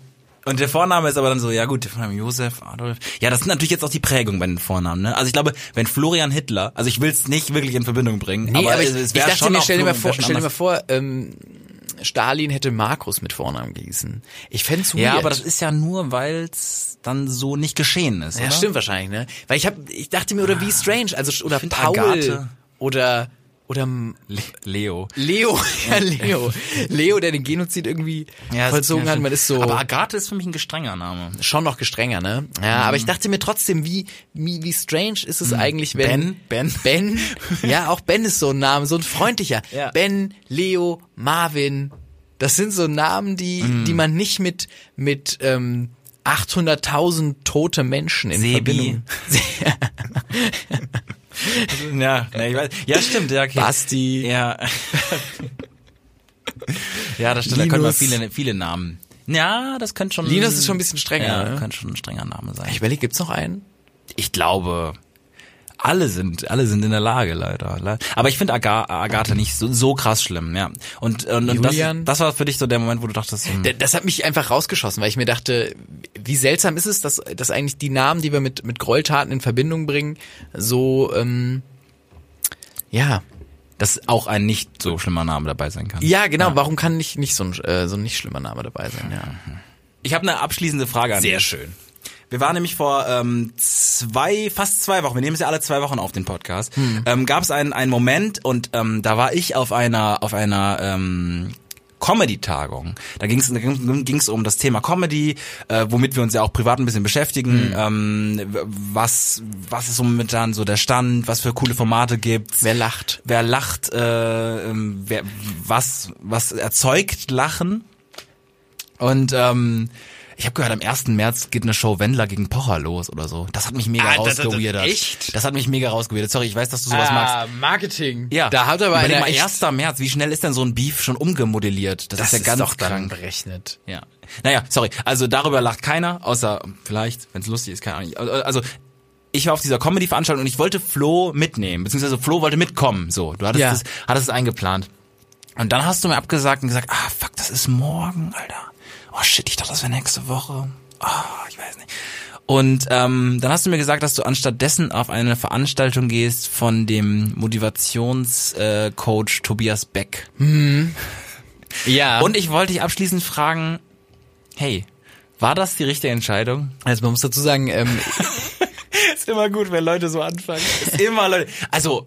Und der Vorname ist aber dann so, ja gut, der Vorname Josef, Adolf. Ja, das sind natürlich jetzt auch die Prägungen bei den Vornamen, ne? Also ich glaube, wenn Florian Hitler, also ich will es nicht wirklich in Verbindung bringen, Nee, aber, aber ich, es ich wär dachte schon mir, auch stell dir mal Florian, vor, wär schon stell dir mal anders. vor ähm, Stalin hätte Markus mit Vornamen gießen. Ich fänd's weird. Ja, aber das ist ja nur, weil es dann so nicht geschehen ist, ja, oder? stimmt wahrscheinlich, ne? Weil ich hab, ich dachte mir, oder wie strange, also oder find Paul Agathe- oder oder m- Le Leo. Leo, ja Leo, Leo, der den Genozid irgendwie vollzogen hat, man ist so Aber Agathe ist für mich ein gestrenger Name. schon noch gestrenger, ne? Ja, aber ich Mhm. dachte mir trotzdem, wie wie, wie strange ist es eigentlich, wenn Ben? Ben, ja, auch Ben ist so ein Name, so ein freundlicher. Ja. Ben, Leo, Marvin, das sind so Namen, die Mhm. die man nicht mit mit ähm, 800.000 tote Menschen in Sebi. Verbindung. Ja, ne, ich weiß. Ja, stimmt, ja, okay. Basti. Ja. ja, das stimmt, da können wir Linus. viele, viele Namen. Ja, das könnte schon. Linus ist schon ein bisschen strenger, Ja, ne? könnte schon ein strenger Name sein. Ich überlege, gibt's noch einen? Ich glaube, alle sind, alle sind in der Lage, leider. Le- Aber ich finde Aga Agatha nicht so, so krass schlimm, ja. Und, und, und das, Julian? das war für dich so der Moment, wo du dachtest, hm, D- Das hat mich einfach rausgeschossen, weil ich mir dachte, wie seltsam ist es, dass, dass eigentlich die Namen, die wir mit, mit Gräueltaten in Verbindung bringen, so, ähm, ja. dass auch ein nicht so schlimmer Name dabei sein kann. Ja, genau, warum kann nicht, nicht so ein, äh, so ein nicht schlimmer Name dabei sein, ja. Ich habe eine abschließende Frage an dich. schön. Wir waren nämlich vor ähm, zwei, fast zwei Wochen, wir nehmen es ja alle zwei Wochen auf den Podcast, ähm, gab es einen, einen Moment und ähm, da war ich auf einer, auf einer ähm, Comedy-Tagung. Da ging es da ging's um das Thema Comedy, äh, womit wir uns ja auch privat ein bisschen beschäftigen. Ähm, w- was, was ist so momentan so der Stand, was für coole Formate gibt's? Wer lacht? Wer lacht, äh, ähm, wer, was, was erzeugt Lachen? Und ähm, ich habe gehört, am 1. März geht eine Show Wendler gegen Pocher los oder so. Das hat mich mega Ah, das- das- das- rausgeweirdet. echt? Das hat mich mega rausgeweirdet. Sorry, ich weiß, dass du sowas magst. Marketing. Ja, Da hat aber Überleg einer mal, echt- 1. März, wie schnell ist denn so ein Beef schon umgemodelliert? Das, das ist ja ganz doch dann krank. berechnet. Ja. Naja, sorry. Also darüber lacht keiner, außer vielleicht, wenn es lustig ist, keine Ahnung. Also ich war auf dieser Comedy-Veranstaltung und ich wollte Flo mitnehmen, beziehungsweise Flo wollte mitkommen. So, du hattest Ja. das, hattest es eingeplant. Und dann hast du mir abgesagt und gesagt, ah fuck, das ist morgen, Alter. Oh shit, ich dachte, das wäre nächste Woche. Ah, ich weiß nicht. Und ähm, dann hast du mir gesagt, dass du anstattdessen auf eine Veranstaltung gehst von dem Motivationscoach äh, Coach Tobias Beck. Ja. Und ich wollte dich abschließend fragen, hey, war das die richtige Entscheidung? also man muss dazu sagen, ähm, Ist immer gut, wenn Leute so anfangen. Ist immer Leute. Also,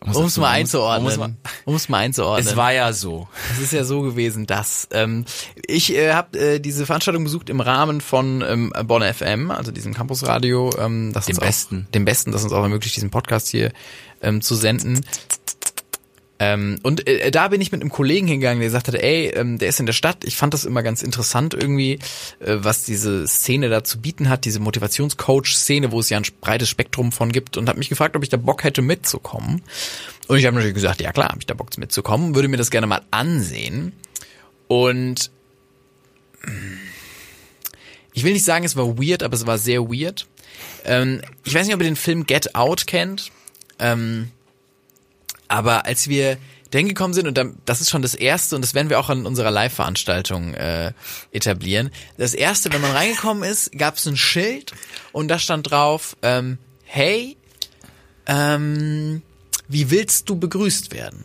um es mal Muss einzuordnen. man, Um es mal einzuordnen. es war ja so. Es ist ja so gewesen, dass ähm, ich äh, habe äh, diese Veranstaltung besucht im Rahmen von ähm, Bonn FM, also diesem Campusradio, ähm, das Dem uns Besten. auch, dem Besten, das uns auch ermöglicht, diesen Podcast hier ähm, zu senden. Ähm, und äh, da bin ich mit einem Kollegen hingegangen, der gesagt hat, ey, ähm, der ist in der Stadt. Ich fand das immer ganz interessant irgendwie, äh, was diese Szene da zu bieten hat, diese Motivationscoach-Szene, wo es ja ein breites Spektrum von gibt und habe mich gefragt, ob ich da Bock hätte mitzukommen. Und ich habe natürlich gesagt, ja klar, habe ich da Bock mitzukommen, würde mir das gerne mal ansehen. Und hm, ich will nicht sagen, es war weird, aber es war sehr weird. Ähm, ich weiß nicht, ob ihr den Film Get Out kennt. Ähm, aber als wir dahin gekommen sind, und dann, das ist schon das Erste, und das werden wir auch an unserer Live-Veranstaltung äh, etablieren. Das Erste, wenn man reingekommen ist, gab es ein Schild und da stand drauf, ähm, hey, ähm, wie willst du begrüßt werden?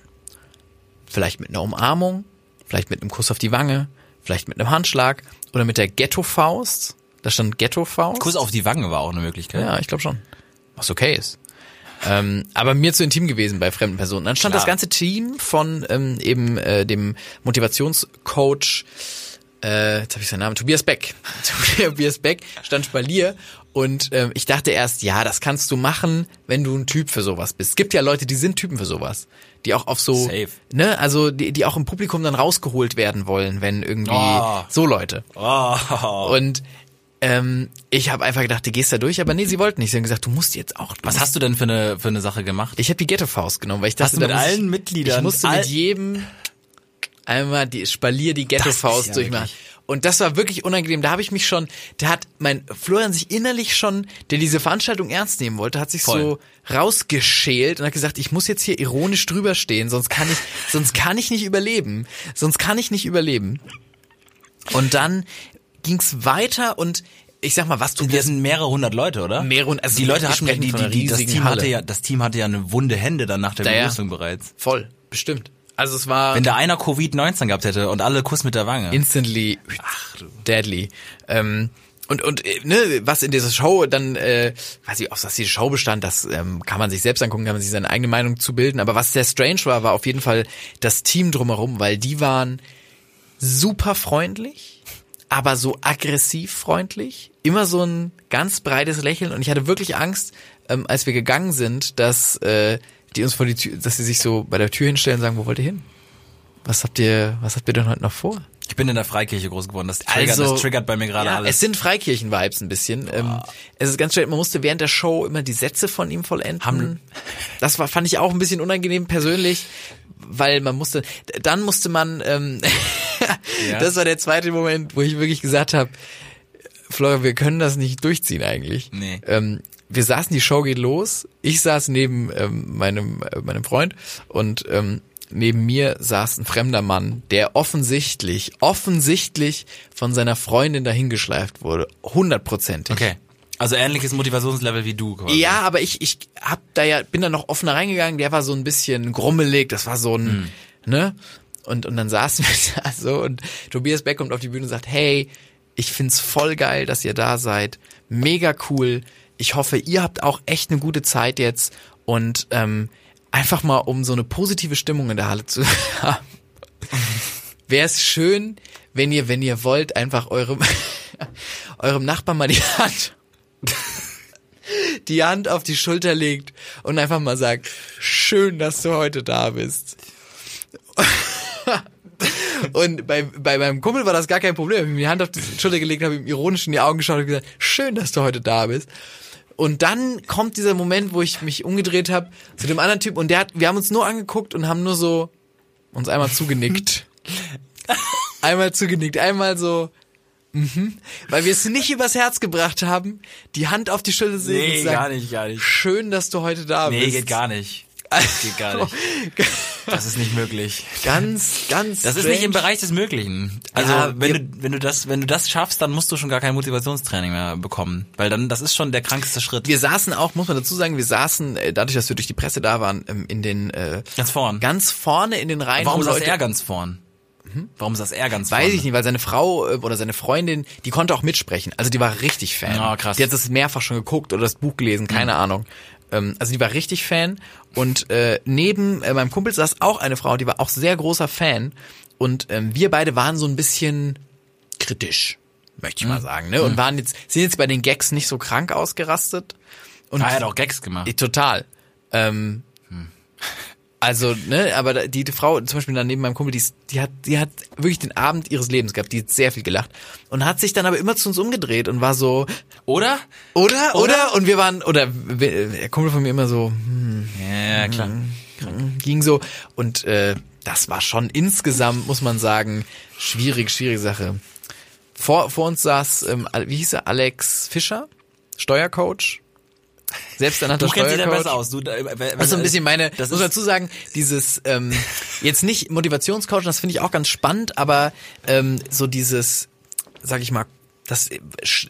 Vielleicht mit einer Umarmung, vielleicht mit einem Kuss auf die Wange, vielleicht mit einem Handschlag oder mit der Ghetto-Faust. Da stand Ghetto-Faust. Kuss auf die Wange war auch eine Möglichkeit. Ja, ich glaube schon. Was okay ist. Ähm, aber mir zu intim gewesen bei fremden Personen. Dann stand Klar. das ganze Team von ähm, eben äh, dem Motivationscoach, äh, jetzt habe ich seinen Namen, Tobias Beck. Tobias Beck stand Spalier und ähm, ich dachte erst, ja, das kannst du machen, wenn du ein Typ für sowas bist. Es gibt ja Leute, die sind Typen für sowas. Die auch auf so, Safe. ne, also die, die auch im Publikum dann rausgeholt werden wollen, wenn irgendwie Ah. so Leute. Oh. Und ähm, ich habe einfach gedacht, du gehst da durch, aber nee, sie wollten nicht. Sie haben gesagt, du musst jetzt auch. Was hast du denn für eine, für eine Sache gemacht? Ich habe die Ghetto-Faust genommen, weil ich dachte, du mit da muss ich, allen Mitgliedern- Ich musste mit all- jedem einmal die Spalier die Das ist Ghetto-Faust ja durchmachen. Und das war wirklich unangenehm. Da habe ich mich schon, da hat mein Florian sich innerlich schon, der diese Veranstaltung ernst nehmen wollte, hat sich Voll. so rausgeschält und hat gesagt, ich muss jetzt hier ironisch drüber stehen, sonst kann ich, sonst kann ich nicht überleben. Sonst kann ich nicht überleben. Und dann ging's weiter und ich sag mal, was du Wir sind mehrere hundert Leute, oder? Mehrere hundert- also die wir Leute hatten sprechen ja, die, von die, einer die, das riesigen Team hatte Halle. ja, das Team hatte ja eine wunde Hände dann nach der Ja, ja. Begrüßung bereits. Voll, bestimmt. Also es war Wenn da einer Covid-19 gehabt hätte und alle Kuss mit der Wange. instantly deadly. Ähm, und und äh, ne, was in dieser Show dann, äh, weiß ich, auf was die Show bestand, das ähm, kann man sich selbst angucken, kann man sich seine eigene Meinung zu bilden. Aber was sehr strange war, war auf jeden Fall das Team drumherum, weil die waren super freundlich, aber so aggressiv freundlich. Immer so ein ganz breites Lächeln. Und ich hatte wirklich Angst, ähm, als wir gegangen sind, dass äh, die uns vor die Tür, dass sie sich so bei der Tür hinstellen und sagen, wo wollt ihr hin? Was habt ihr, was habt ihr denn heute noch vor? ich bin in der Freikirche groß geworden. Das triggert, das triggert bei mir Also- gerade ja, Es alles. Ah. sind Freikirchen-Vibes ein bisschen. Ähm, es ist ganz schön, man musste während der Show immer die Sätze von ihm vollenden. Das war, fand ich auch ein bisschen unangenehm persönlich, weil man musste, dann musste man, ähm, das war der zweite Moment, wo ich wirklich gesagt habe, Florian, wir können das nicht durchziehen eigentlich. Nee. Ähm, wir saßen, die Show geht los. Ich saß neben ähm, meinem, äh, meinem Freund und ähm, neben mir saß ein fremder Mann, der offensichtlich, offensichtlich von seiner Freundin dahingeschleift wurde. Hundertprozentig. Okay. Also ähnliches Motivationslevel wie du quasi. Ja, aber ich, ich hab da ja, bin da noch offener reingegangen, der war so ein bisschen grummelig, das war so ein, ne? Und, und dann saßen wir da so und Tobias Beck kommt auf die Bühne und sagt, hey, ich find's voll geil, dass ihr da seid. Mega cool. Ich hoffe, ihr habt auch echt eine gute Zeit jetzt und ähm, einfach mal, um so eine positive Stimmung in der Halle zu haben. Wäre es schön, wenn ihr, wenn ihr wollt, einfach eurem, eurem Nachbarn mal die Hand die Hand auf die Schulter legt und einfach mal sagt, schön, dass du heute da bist. Und bei, bei meinem Kumpel war das gar kein Problem. Ich habe ihm die Hand auf die Schulter gelegt, habe ihm ironisch in die Augen geschaut und gesagt, schön, dass du heute da bist. Und dann kommt dieser Moment, wo ich mich umgedreht habe zu dem anderen Typ und der hat, wir haben uns nur angeguckt und haben nur so uns einmal zugenickt. Einmal zugenickt, einmal so, mhm, weil wir es nicht übers Herz gebracht haben, die Hand auf die Schulter zu legen und Nee, zu sagen, gar nicht, gar nicht. Schön, dass du heute da Nee, bist. geht gar nicht. Geht gar nicht. Das ist nicht möglich. Ganz, ganz. Das ist strange. nicht im Bereich des Möglichen. Also Ja, wir- wenn du wenn du das wenn du das schaffst, dann musst du schon gar kein Motivationstraining mehr bekommen, weil dann das ist schon der krankste Schritt. Wir saßen auch, muss man dazu sagen, wir saßen, äh, dadurch, dass wir durch die Presse da waren, ähm, in den äh, Ganz vorn. ganz vorne in den Reihen. Warum wo saß Leute- Hm? er ganz vorn? Warum saß er ganz vorn? Weiß ich nicht, weil seine Frau äh, oder seine Freundin, die konnte auch mitsprechen. Also die war richtig Fan. Ah, krass. Hm. Die hat das mehrfach schon geguckt oder das Buch gelesen, keine Ahnung. Ähm, also die war richtig Fan. Und äh, neben äh, meinem Kumpel saß auch eine Frau, die war auch sehr großer Fan. Und ähm, wir beide waren so ein bisschen kritisch, möchte ich Hm. mal sagen. Ne? Und waren jetzt, sind jetzt bei den Gags nicht so krank ausgerastet. Und Ah, Hm. er hat auch Gags gemacht. äh, Total. Ähm, Also, ne, aber da- die, die Frau, zum Beispiel daneben meinem Kumpel, die, ist- die hat, die hat wirklich den Abend ihres Lebens gehabt, die hat sehr viel gelacht und hat sich dann aber immer zu uns umgedreht und war so, Oder? oder, oder, Oder? und wir waren, oder wir- der Kumpel von mir immer so, hm, Ja, klar. ging so und äh, das war schon insgesamt, muss man sagen, schwierig, schwierige Sache. Vor, vor uns saß, ähm, wie hieß er, Alex Fischer, Steuercoach, selbsternannter Du kennst Steuercoach. dich da besser aus. Du, äh, wenn- Das ist so ein bisschen meine, Das muss ist- dazu sagen, dieses ähm, jetzt nicht Motivationscoaching, das finde ich auch ganz spannend, aber ähm, so dieses, sag ich mal, das äh,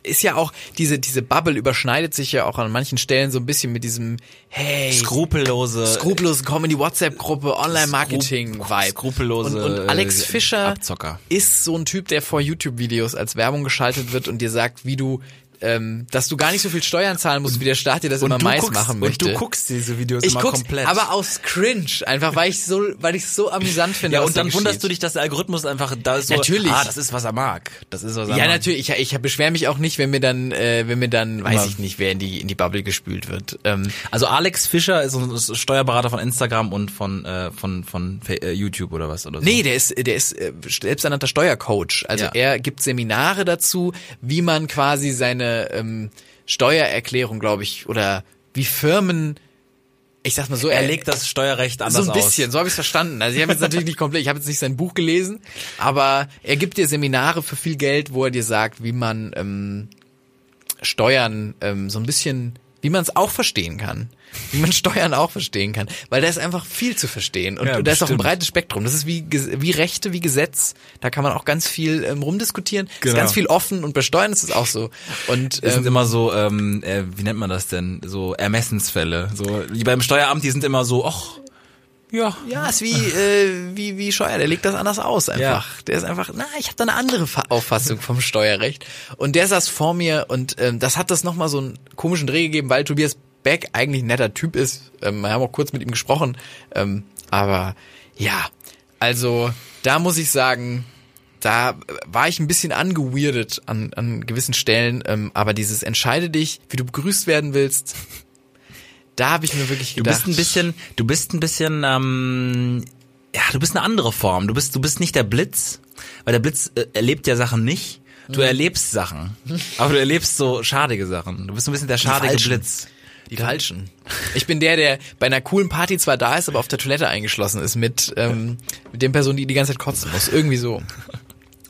ist ja auch, diese, diese Bubble überschneidet sich ja auch an manchen Stellen so ein bisschen mit diesem, hey, skrupellose. skrupellose Comedy-WhatsApp-Gruppe, Online-Marketing-Vibe. skrupellose, Und, und Alex äh, Fischer Abzocker. ist so ein Typ, der vor YouTube-Videos als Werbung geschaltet wird und dir sagt, wie du, ähm, dass du gar nicht so viel Steuern zahlen musst, wie der Staat dir das immer und du meist guckst, machen möchte. Und du guckst diese Videos Ich immer guck's, komplett. aber aus Cringe, einfach weil ich so, weil ich so amüsant finde. ja, was und da dann wunderst du geschieht. dich, dass der Algorithmus einfach da ist so, Natürlich. ah, das ist, was er mag. Das ist, was er mag. Ja, natürlich. Ich, ich beschwere mich auch nicht, wenn mir dann, äh, wenn mir dann, weiß ich nicht, wer in die in die Bubble gespült wird. Ähm, Also Alex Fischer ist unser Steuerberater von Instagram und von äh, von von Fa- äh, YouTube oder was oder so. Nee, der ist, der ist äh, selbsternannter Steuercoach. Also Ja. er gibt Seminare dazu, wie man quasi seine ähm, Steuererklärung, glaube ich, oder wie Firmen, ich sag mal so, er legt das Steuerrecht anders aus. so ein bisschen, so habe ich es verstanden. Also ich habe jetzt natürlich nicht komplett, ich habe jetzt nicht sein Buch gelesen, aber er gibt dir Seminare für viel Geld, wo er dir sagt, wie man ähm, Steuern ähm, so ein bisschen, wie man es auch verstehen kann, wie man Steuern auch verstehen kann, weil da ist einfach viel zu verstehen und Ja, da ist auch ein bestimmt. breites Spektrum. Das ist wie Ges- wie Rechte, wie Gesetz. Da kann man auch ganz viel ähm, rumdiskutieren. Ist Genau. ganz viel offen und bei Steuern ist es auch so. Und Das sind ähm, immer so, ähm, äh, wie nennt man das denn? So Ermessensfälle. So die beim Steueramt, die sind immer so, ach, ja. ja, ist wie, äh, wie, wie Scheuer, der legt das anders aus einfach. Der ist einfach, na, ich habe da eine andere Fa- Auffassung vom Steuerrecht. Und der saß vor mir und ähm, das hat das nochmal so einen komischen Dreh gegeben, weil Tobias Beck eigentlich ein netter Typ ist. Ähm, wir haben auch kurz mit ihm gesprochen. Ähm, aber ja, also da muss ich sagen, da war ich ein bisschen angeweirdet an, an gewissen Stellen. Ähm, aber dieses Entscheide dich, wie du begrüßt werden willst, da habe ich mir wirklich Du gedacht. bist ein bisschen, du bist ein bisschen, ähm, ja, du bist eine andere Form. Du bist, du bist nicht der Blitz, weil der Blitz äh, erlebt ja Sachen nicht. Mhm. Du erlebst Sachen, aber du erlebst so schadige Sachen. Du bist ein bisschen der schadige falschen. Blitz. Die falschen. Ich bin der, der bei einer coolen Party zwar da ist, aber auf der Toilette eingeschlossen ist mit, ähm, mit den Personen, die die ganze Zeit kotzen muss. Irgendwie so.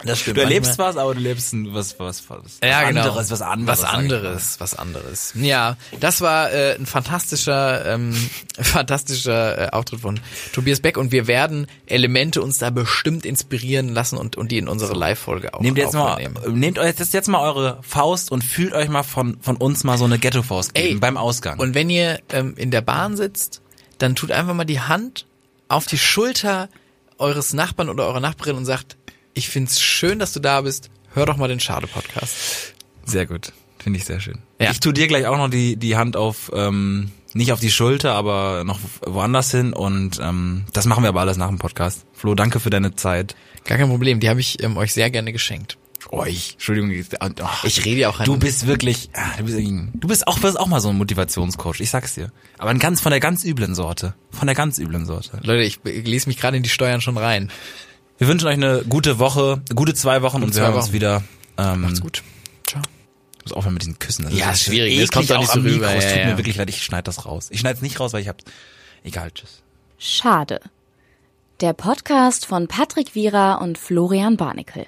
Das stimmt. Du erlebst was, aber du lebst ein, was, was, was, ja, was genau. anderes, was anderes. Was sag ich mal. anderes, was anderes. Ja, das war äh, ein fantastischer, ähm, fantastischer äh, Auftritt von Tobias Beck und wir werden Elemente uns da bestimmt inspirieren lassen und, und die in unsere Live-Folge auch Nehmt jetzt mal, aufnehmen. nehmt euch jetzt, jetzt mal eure Faust und fühlt euch mal von, von uns mal so eine Ghetto-Faust Ey, geben beim Ausgang. Und wenn ihr ähm, in der Bahn sitzt, dann tut einfach mal die Hand auf die Schulter eures Nachbarn oder eurer Nachbarin und sagt, ich find's schön, dass du da bist. Hör doch mal den Schade-Podcast. Sehr gut. Finde ich sehr schön. Ja. Ich tu dir gleich auch noch die, die Hand auf, ähm, nicht auf die Schulter, aber noch woanders hin. Und ähm, das machen wir aber alles nach dem Podcast. Flo, danke für deine Zeit. Gar kein Problem, die habe ich ähm, euch sehr gerne geschenkt. Euch. Entschuldigung. ich- oh, Ich rede ja auch an- Du bist wirklich, ah, du bist, irgendwie- du bist auch, wirst auch mal so ein Motivationscoach, ich sag's dir. Aber ein ganz, von der ganz üblen Sorte. Von der ganz üblen Sorte. Leute, ich, ich lese mich gerade in die Steuern schon rein. Wir wünschen euch eine gute Woche, gute zwei Wochen und wir zwei hören uns Wochen. wieder. Ähm, Macht's Gut. Ciao. Ich muss aufhören mit diesen Küssen. Das Ja, ist schwierig, ne? das eklig kommt doch nicht auch so am rüber, Mikro. Es ja, tut ja. mir wirklich leid, ich schneide das raus. Ich schneide es nicht raus, weil ich hab's. Egal, tschüss. Schade. Der Podcast von Patrick Wierer und Florian Barnikel.